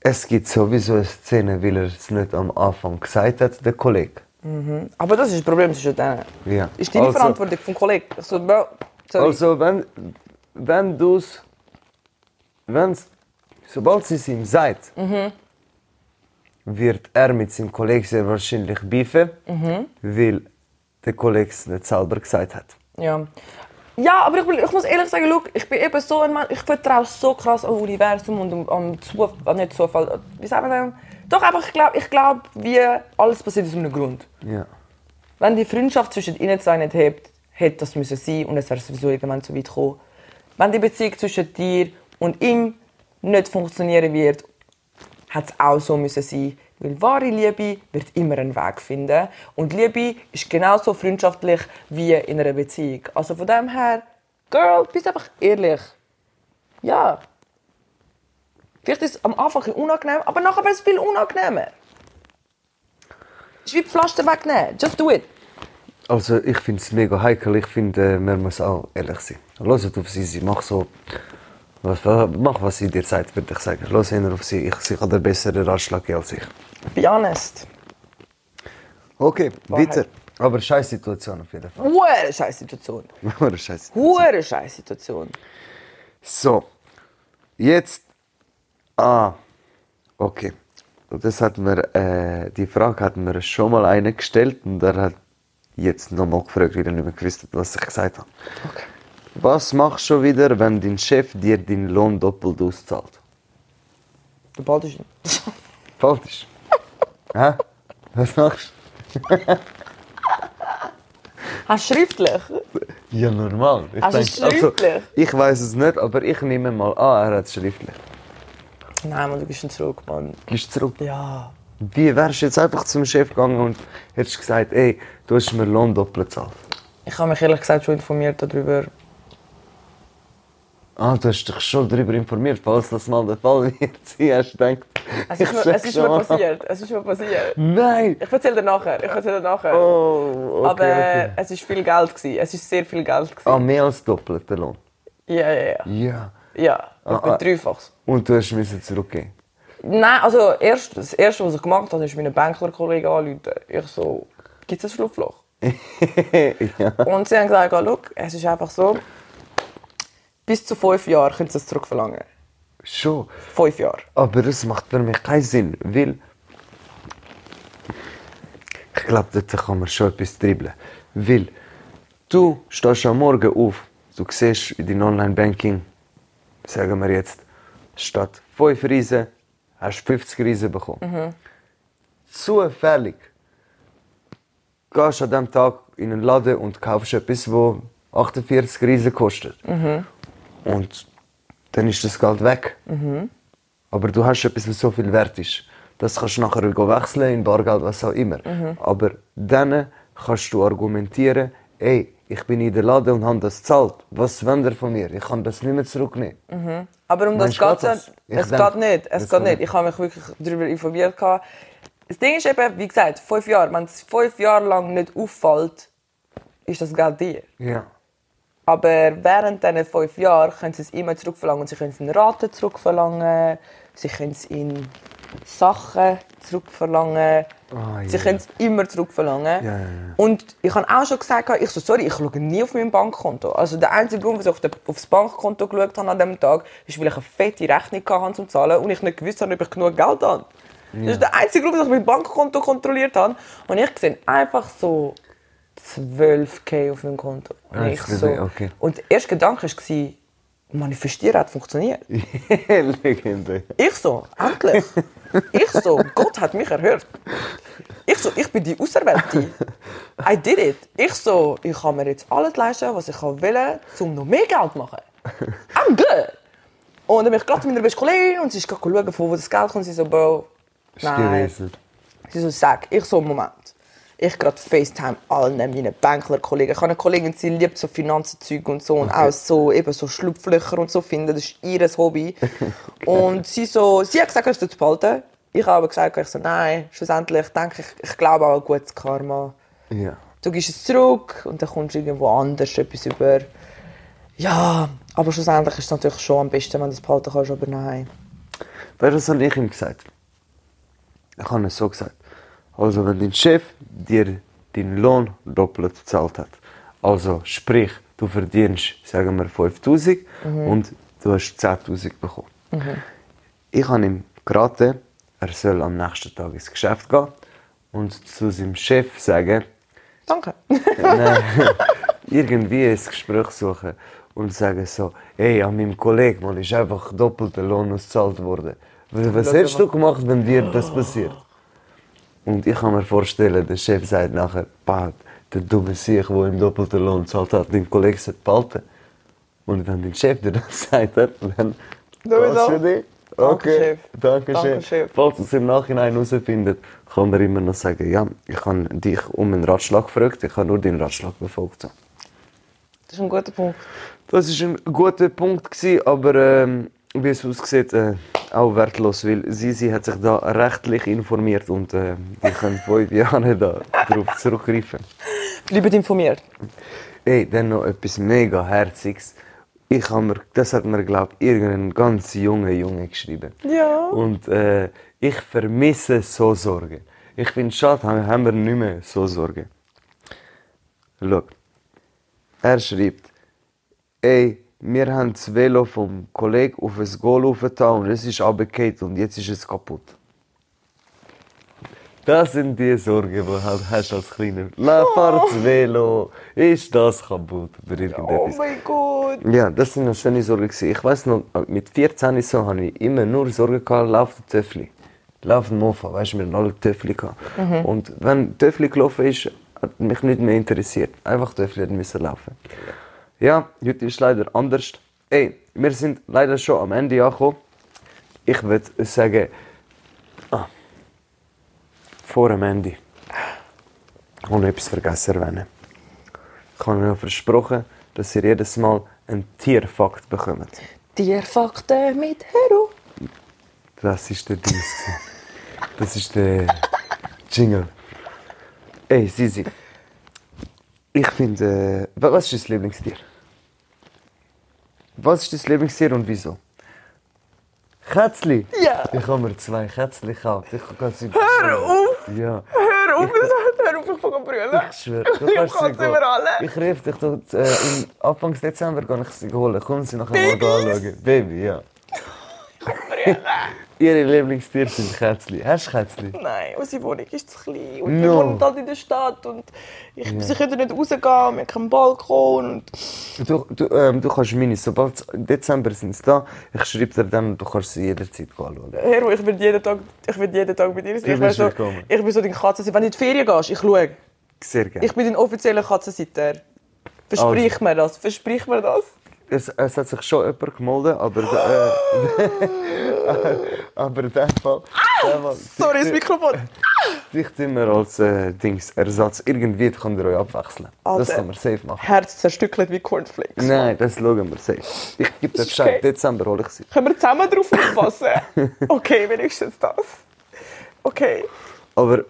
es gibt sowieso eine Szene, weil er es nicht am Anfang gesagt hat, der Kollege. Aber das ist das Problem zwischen denen. Ja. Ist deine Also- Verantwortung vom Kollegen. So, bro, sorry. Also, wenn, wenn du es. Wenn's, sobald sie es ihm sagt, wird er mit seinem Kollegen sehr wahrscheinlich beefen, weil der Kollege es nicht selber gesagt hat. Ja. Ja, aber ich, bin, ich muss ehrlich sagen, look, ich bin eben so ein Mann, ich vertraue so krass am Universum und am, am Zufall, nicht Zufall, wie nou- sagen wir das? Doch, einfach, ich glaube, ich glaub, wie alles passiert aus einem Grund. Ja. Wenn die Freundschaft zwischen ihnen zwei nicht hebt, hätte das müssen sein und es wäre sowieso irgendwann so weit gekommen. Wenn die Beziehung zwischen dir und ihm nicht funktionieren wird, hat es auch so müssen sein. Weil wahre Liebe wird immer einen Weg finden. Und Liebe ist genauso freundschaftlich wie in einer Beziehung. Also von dem her, Girl, bist einfach ehrlich. Ja. Vielleicht ist es am Anfang ein bisschen unangenehm, aber nachher wird es viel unangenehmer. Es ist wie die Pflaster wegnehmen. Just do it. Also, ich finde es mega heikel. Ich finde, äh, man muss auch ehrlich sein. Hört auf sie, sie macht so. Was, was- mach, was sie dir sagt, würde ich sagen. Los hin auf sie. Ich, sie kann dir besseren Ratschlag geben als ich. Be honest. Okay, Wahrheit. weiter. Aber scheiß Situation auf jeden Fall. Hure scheiß Situation. Hure Scheiß. Hure scheiß Situation. So. Jetzt. Ah. Okay. Das hatten wir, äh, die Frage hatten wir schon mal eine gestellt und er hat jetzt nochmal gefragt, weil er nicht mehr gewusst hat, was ich gesagt habe. Okay. Was machst du schon wieder, wenn dein Chef dir deinen Lohn doppelt auszahlt? Der Ball ist nicht. Falsch. Hä? Was machst Hast du Ah, schriftlich? du? Ja, normal. Ich Hast du es denk- also, schriftlich? ich weiß es nicht, aber ich nehme mal an, er hat es schriftlich. Nein, Mann, du bist ein zurück, Mann. Gehst zurück. Ja. Wie wärst du jetzt einfach zum Chef gegangen und hättest gesagt, ey, du hast mir Lohn doppelt gezahlt? Ich habe mich ehrlich gesagt schon informiert darüber. Ah, du hast dich schon darüber informiert, falls das mal der Fall wird. Sie hast gedacht, Es ist, ich mir, sag es ist schon mir mal. passiert. Es ist mir passiert. Nein! Ich erzähle dir nachher. Ich erzähle dir nachher. Oh, okay, Aber okay. es war viel Geld. Gewesen. Es war sehr viel Geld. Gewesen. Ah, mehr als doppelt der Lohn? Ja, ja, ja. Ja. Ja, Ah, ich bin ah. dreifach. Und du hast müssen zurückgehen? Nein, also erst, das Erste, was ich gemacht habe, ist meinen Banklerkollegen anrufen. Ich so, gibt es ein Schlupfloch? ja. Und sie haben gesagt, oh, schau, es ist einfach so, bis zu fünf Jahren können sie es zurückverlangen. Schon. Fünf Jahre. Aber das macht für mich keinen Sinn, weil ich glaube, da kann man schon etwas dribbeln. Weil du stehst am Morgen auf, du siehst in deinem Online-Banking, sagen wir jetzt, statt 5 Riesen hast du 50 Riesen bekommen. Zufällig gehst an diesem Tag in einen Laden und kaufst etwas, wo 48 Riesen kostet. Und dann ist das Geld weg. Aber du hast etwas, was so viel wert ist. Das kannst du nachher go wechseln, in Bargeld, was auch immer. Aber dann kannst du argumentieren, ey, ich bin in der Laden und habe das gezahlt. Was wollt ihr von mir? Ich kann das nicht mehr zurücknehmen. Aber um das Meinst du, geht geht das? es Ich Es denk, geht nicht. das Es geht geht nicht. Ich habe mich wirklich darüber informiert. gehabt. Das Ding ist eben, wie gesagt, fünf Jahre. Wenn es fünf Jahre lang nicht auffällt, ist das Geld dir. Ja. Aber während diesen fünf Jahren können sie es immer zurückverlangen. Sie können es in Raten zurückverlangen, sie können es in Sachen zurückverlangen. Ah, sie ja. können es immer zurückverlangen. Ja, ja, ja. Und ich habe auch schon gesagt, ich so, sorry, ich schaue nie auf mein Bankkonto. Also der einzige Grund, wieso ich auf der- auf das Bankkonto geschaut habe an diesem Tag, ist, weil ich eine fette Rechnung hatte zum Zahlen und ich nicht gewusst habe, ob ich genug Geld habe. Das ist der einzige Grund, wieso ich mein Bankkonto kontrolliert habe. Und ich sehe einfach so 12k auf meinem Konto. Ah, Und, ich das ist so. okay. und der erste Gedanke war, manifestieren hat funktioniert. Legende. Ich so, endlich. Ich so, Gott hat mich erhört. Ich so, ich bin die Auserwählte. I did it. Ich so, ich kann mir jetzt alles leisten, was ich will, um noch mehr Geld zu machen. I'm good. Oh, Und dann bin ich gerade zu meiner besten Kollegin und sie ist gerade schauen, von wo das Geld kommt. Und sie so, Bro, Ist nein. gewesen. Sie so, sag, ich so, Moment. Ich gerade FaceTime allen meinen Bankler-Kollegen. Ich habe eine Kollegin, sie liebt so Finanzenzeug und so und auch so, eben so Schlupflöcher und so finden. Das ist ihr Hobby. und sie so, sie hat gesagt, ich soll es behalten. Ich habe aber gesagt, ich so, nein, schlussendlich denke ich, ich glaube auch an gutes Karma. Ja. Du gibst es zurück und dann kommst du irgendwo anders etwas über. Ja, aber schlussendlich ist es natürlich schon am besten, wenn du es behalten kannst, aber nein. Weißt du, was habe ich ihm gesagt? Ich habe es so gesagt. Also, wenn dein Chef dir deinen Lohn doppelt gezahlt hat, also sprich, du verdienst, sagen wir, 5000 und du hast 10.000 bekommen. Ich habe ihm geraten, er soll am nächsten Tag ins Geschäft gehen und zu seinem Chef sagen, Danke. irgendwie ein Gespräch suchen und sagen so, hey, an meinem Kollegen Mann, ist einfach doppelter Lohn ausgezahlt worden. Was, was hättest du gemacht, wenn dir das passiert? Und ich kann mir vorstellen, der Chef sagt nachher, Pat, der dumme Sieg, der ihm doppelten Lohn gezahlt hat, dein Kollege sollte behalten. Und wenn dein Chef dir das sagt, dann Sowieso. passt für dich. Danke, Okay. Chef. Danke, Danke, Chef. Chef. Falls es im Nachhinein herausfindet, kann er immer noch sagen, ja, ich habe dich um einen Ratschlag gefragt, ich habe nur deinen Ratschlag befolgt. So. Das ist ein guter Punkt. Das war ein guter Punkt, gewesen, aber ähm, wie es aussieht, äh, auch wertlos, weil Sisi hat sich da rechtlich informiert und äh, wir können fünf Jahre da darauf zurückgreifen. Bleibt informiert. Ey, dann noch etwas mega Herziges. Ich hab mir, das hat mir, glaube ich, irgendein ganz junger Junge geschrieben. Ja. Und äh, ich vermisse so Sorgen. Ich finde schade, ha- haben wir nicht mehr so Sorgen. Schau. Er schreibt, ey, wir haben das Velo vom Kollegen auf das Goal aufgetan und es ist abgekehrt und jetzt ist es kaputt. Das sind die Sorgen, die du halt hast als Kleiner. La, fahr das Velo, ist das kaputt oder Oh irgendetwas. mein Gott. Ja, das sind noch schöne Sorgen. gewesen. Ich weiß noch, äh, mit 14 so hatte ich immer nur Sorgen, gehabt, läuft der Töffli. Läuft ein Mofa, weißt du, wir hatten alle Töffli. gehabt. Und wenn Töffli gelaufen ist, hat mich nicht mehr interessiert. Einfach Töffli hat müssen laufen. Ja, heute ist leider anders. Ey, wir sind leider schon am Ende angekommen. Ich würde sagen, ah, vor dem Ende. Ich habe noch etwas vergessen zu erwähnen. Ich habe euch versprochen, dass ihr jedes Mal einen Tierfakt bekommt. Tierfakten mit Hero. Das ist der Dings. Das ist der Jingle. Ey, Sisi. Ich finde. Äh, wa- was ist dein Lieblingstier? Was ist dein Lieblingstier und wieso? Kätzli! Ja. Ich habe mir zwei Kätzli gekauft. Ich kann sie. Hör auf! Ja. Hör auf, es hat hör auf, ich fange an zu brüllen. Ich schwöre, Ich kann sie mir alle. Ich rief dich dort, äh, im Anfang Dezember kann ich sie holen. Kommen sie nachher mal da anschauen. Baby, ja. Ihre Lieblingstiere sind Kätzli. Hast du Kätzli? Nein, unsere Wohnung ist zu klein und wir No. wohnen halt in der Stadt und ich, sie können nicht rausgehen, wir haben keinen Balkon und Du, du, ähm, du kannst meine, sobald Dezember sind sie da. Ich schreibe dir dann und du kannst sie jederzeit anschauen. Hero, ich bin jeden Tag, ich bin jeden Tag bei dir sein. Du Ich, bin bist so, willkommen. ich bin so dein Katzensitter. Wenn du in die Ferien gehst, ich schaue. Sehr gerne. Ich bin dein offizieller Katzensitter. Versprich Also. mir das, versprich mir das. Es, es hat sich schon jemand gemeldet, aber... der, Äh, aber in dem Fall... der Fall- Ah, Sorry, das Mikrofon. Dich tun wir als äh, Dings Ersatz. Irgendwie könnt ihr euch abwechseln. Das Alter. kann man safe machen. Herz zerstückelt wie Cornflakes. Nein, das schauen wir safe. Ich gebe dir Ist okay. Bescheid. Dezember hole ich sie. Können wir zusammen drauf aufpassen? okay, wenigstens das. Okay. Aber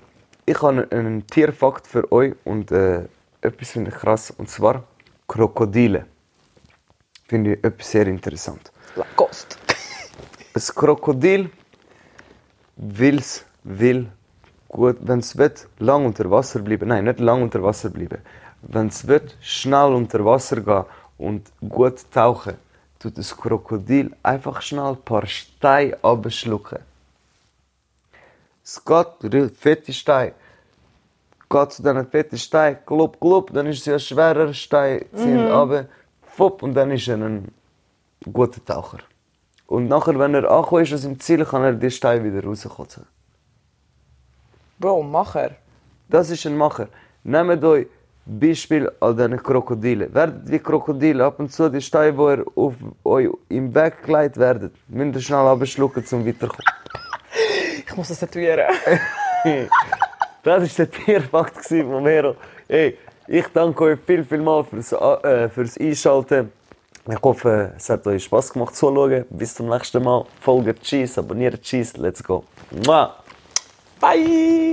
ich habe einen Tierfakt für euch und äh, etwas finde ich krass. Und zwar Krokodile. Finde ich etwas sehr interessant. Lacoste. Ein Krokodil will's, will gut, wenn es wird, lang unter Wasser bleiben. Nein, nicht lang unter Wasser bleiben. Wenn es wird, schnell unter Wasser gehen und gut tauchen, tut das Krokodil einfach schnell ein paar Steine abschlucken. Es geht, r- fette Steine. Geht zu diesen fetten Steinen, klub, klub, dann ist es ja ein schwerer Stein, ziehen runter, fupp, und dann ist er ein guter Taucher. Und nachher, wenn er angekommen ist aus dem Ziel, kann er die Steine wieder rauskotzen. Bro, Macher. Das ist ein Macher. Nehmt euch Beispiel an diesen Krokodilen. Werdet wie Krokodile. Ab und zu die Steine, die ihr auf euch im Weg gelegt werdet, müsst ihr schnell abschlucken, um weiterzukommen. Ich muss das tätowieren. Das war der Tierfakt gewesen von Mero. Hey, ich danke euch viel, viel mal fürs, A- äh, fürs Einschalten. Ich hoffe, es hat euch Spass gemacht zuzuschauen. Bis zum nächsten Mal. Folgt Cheese, abonniert Cheese. Let's go. Mua. Bye.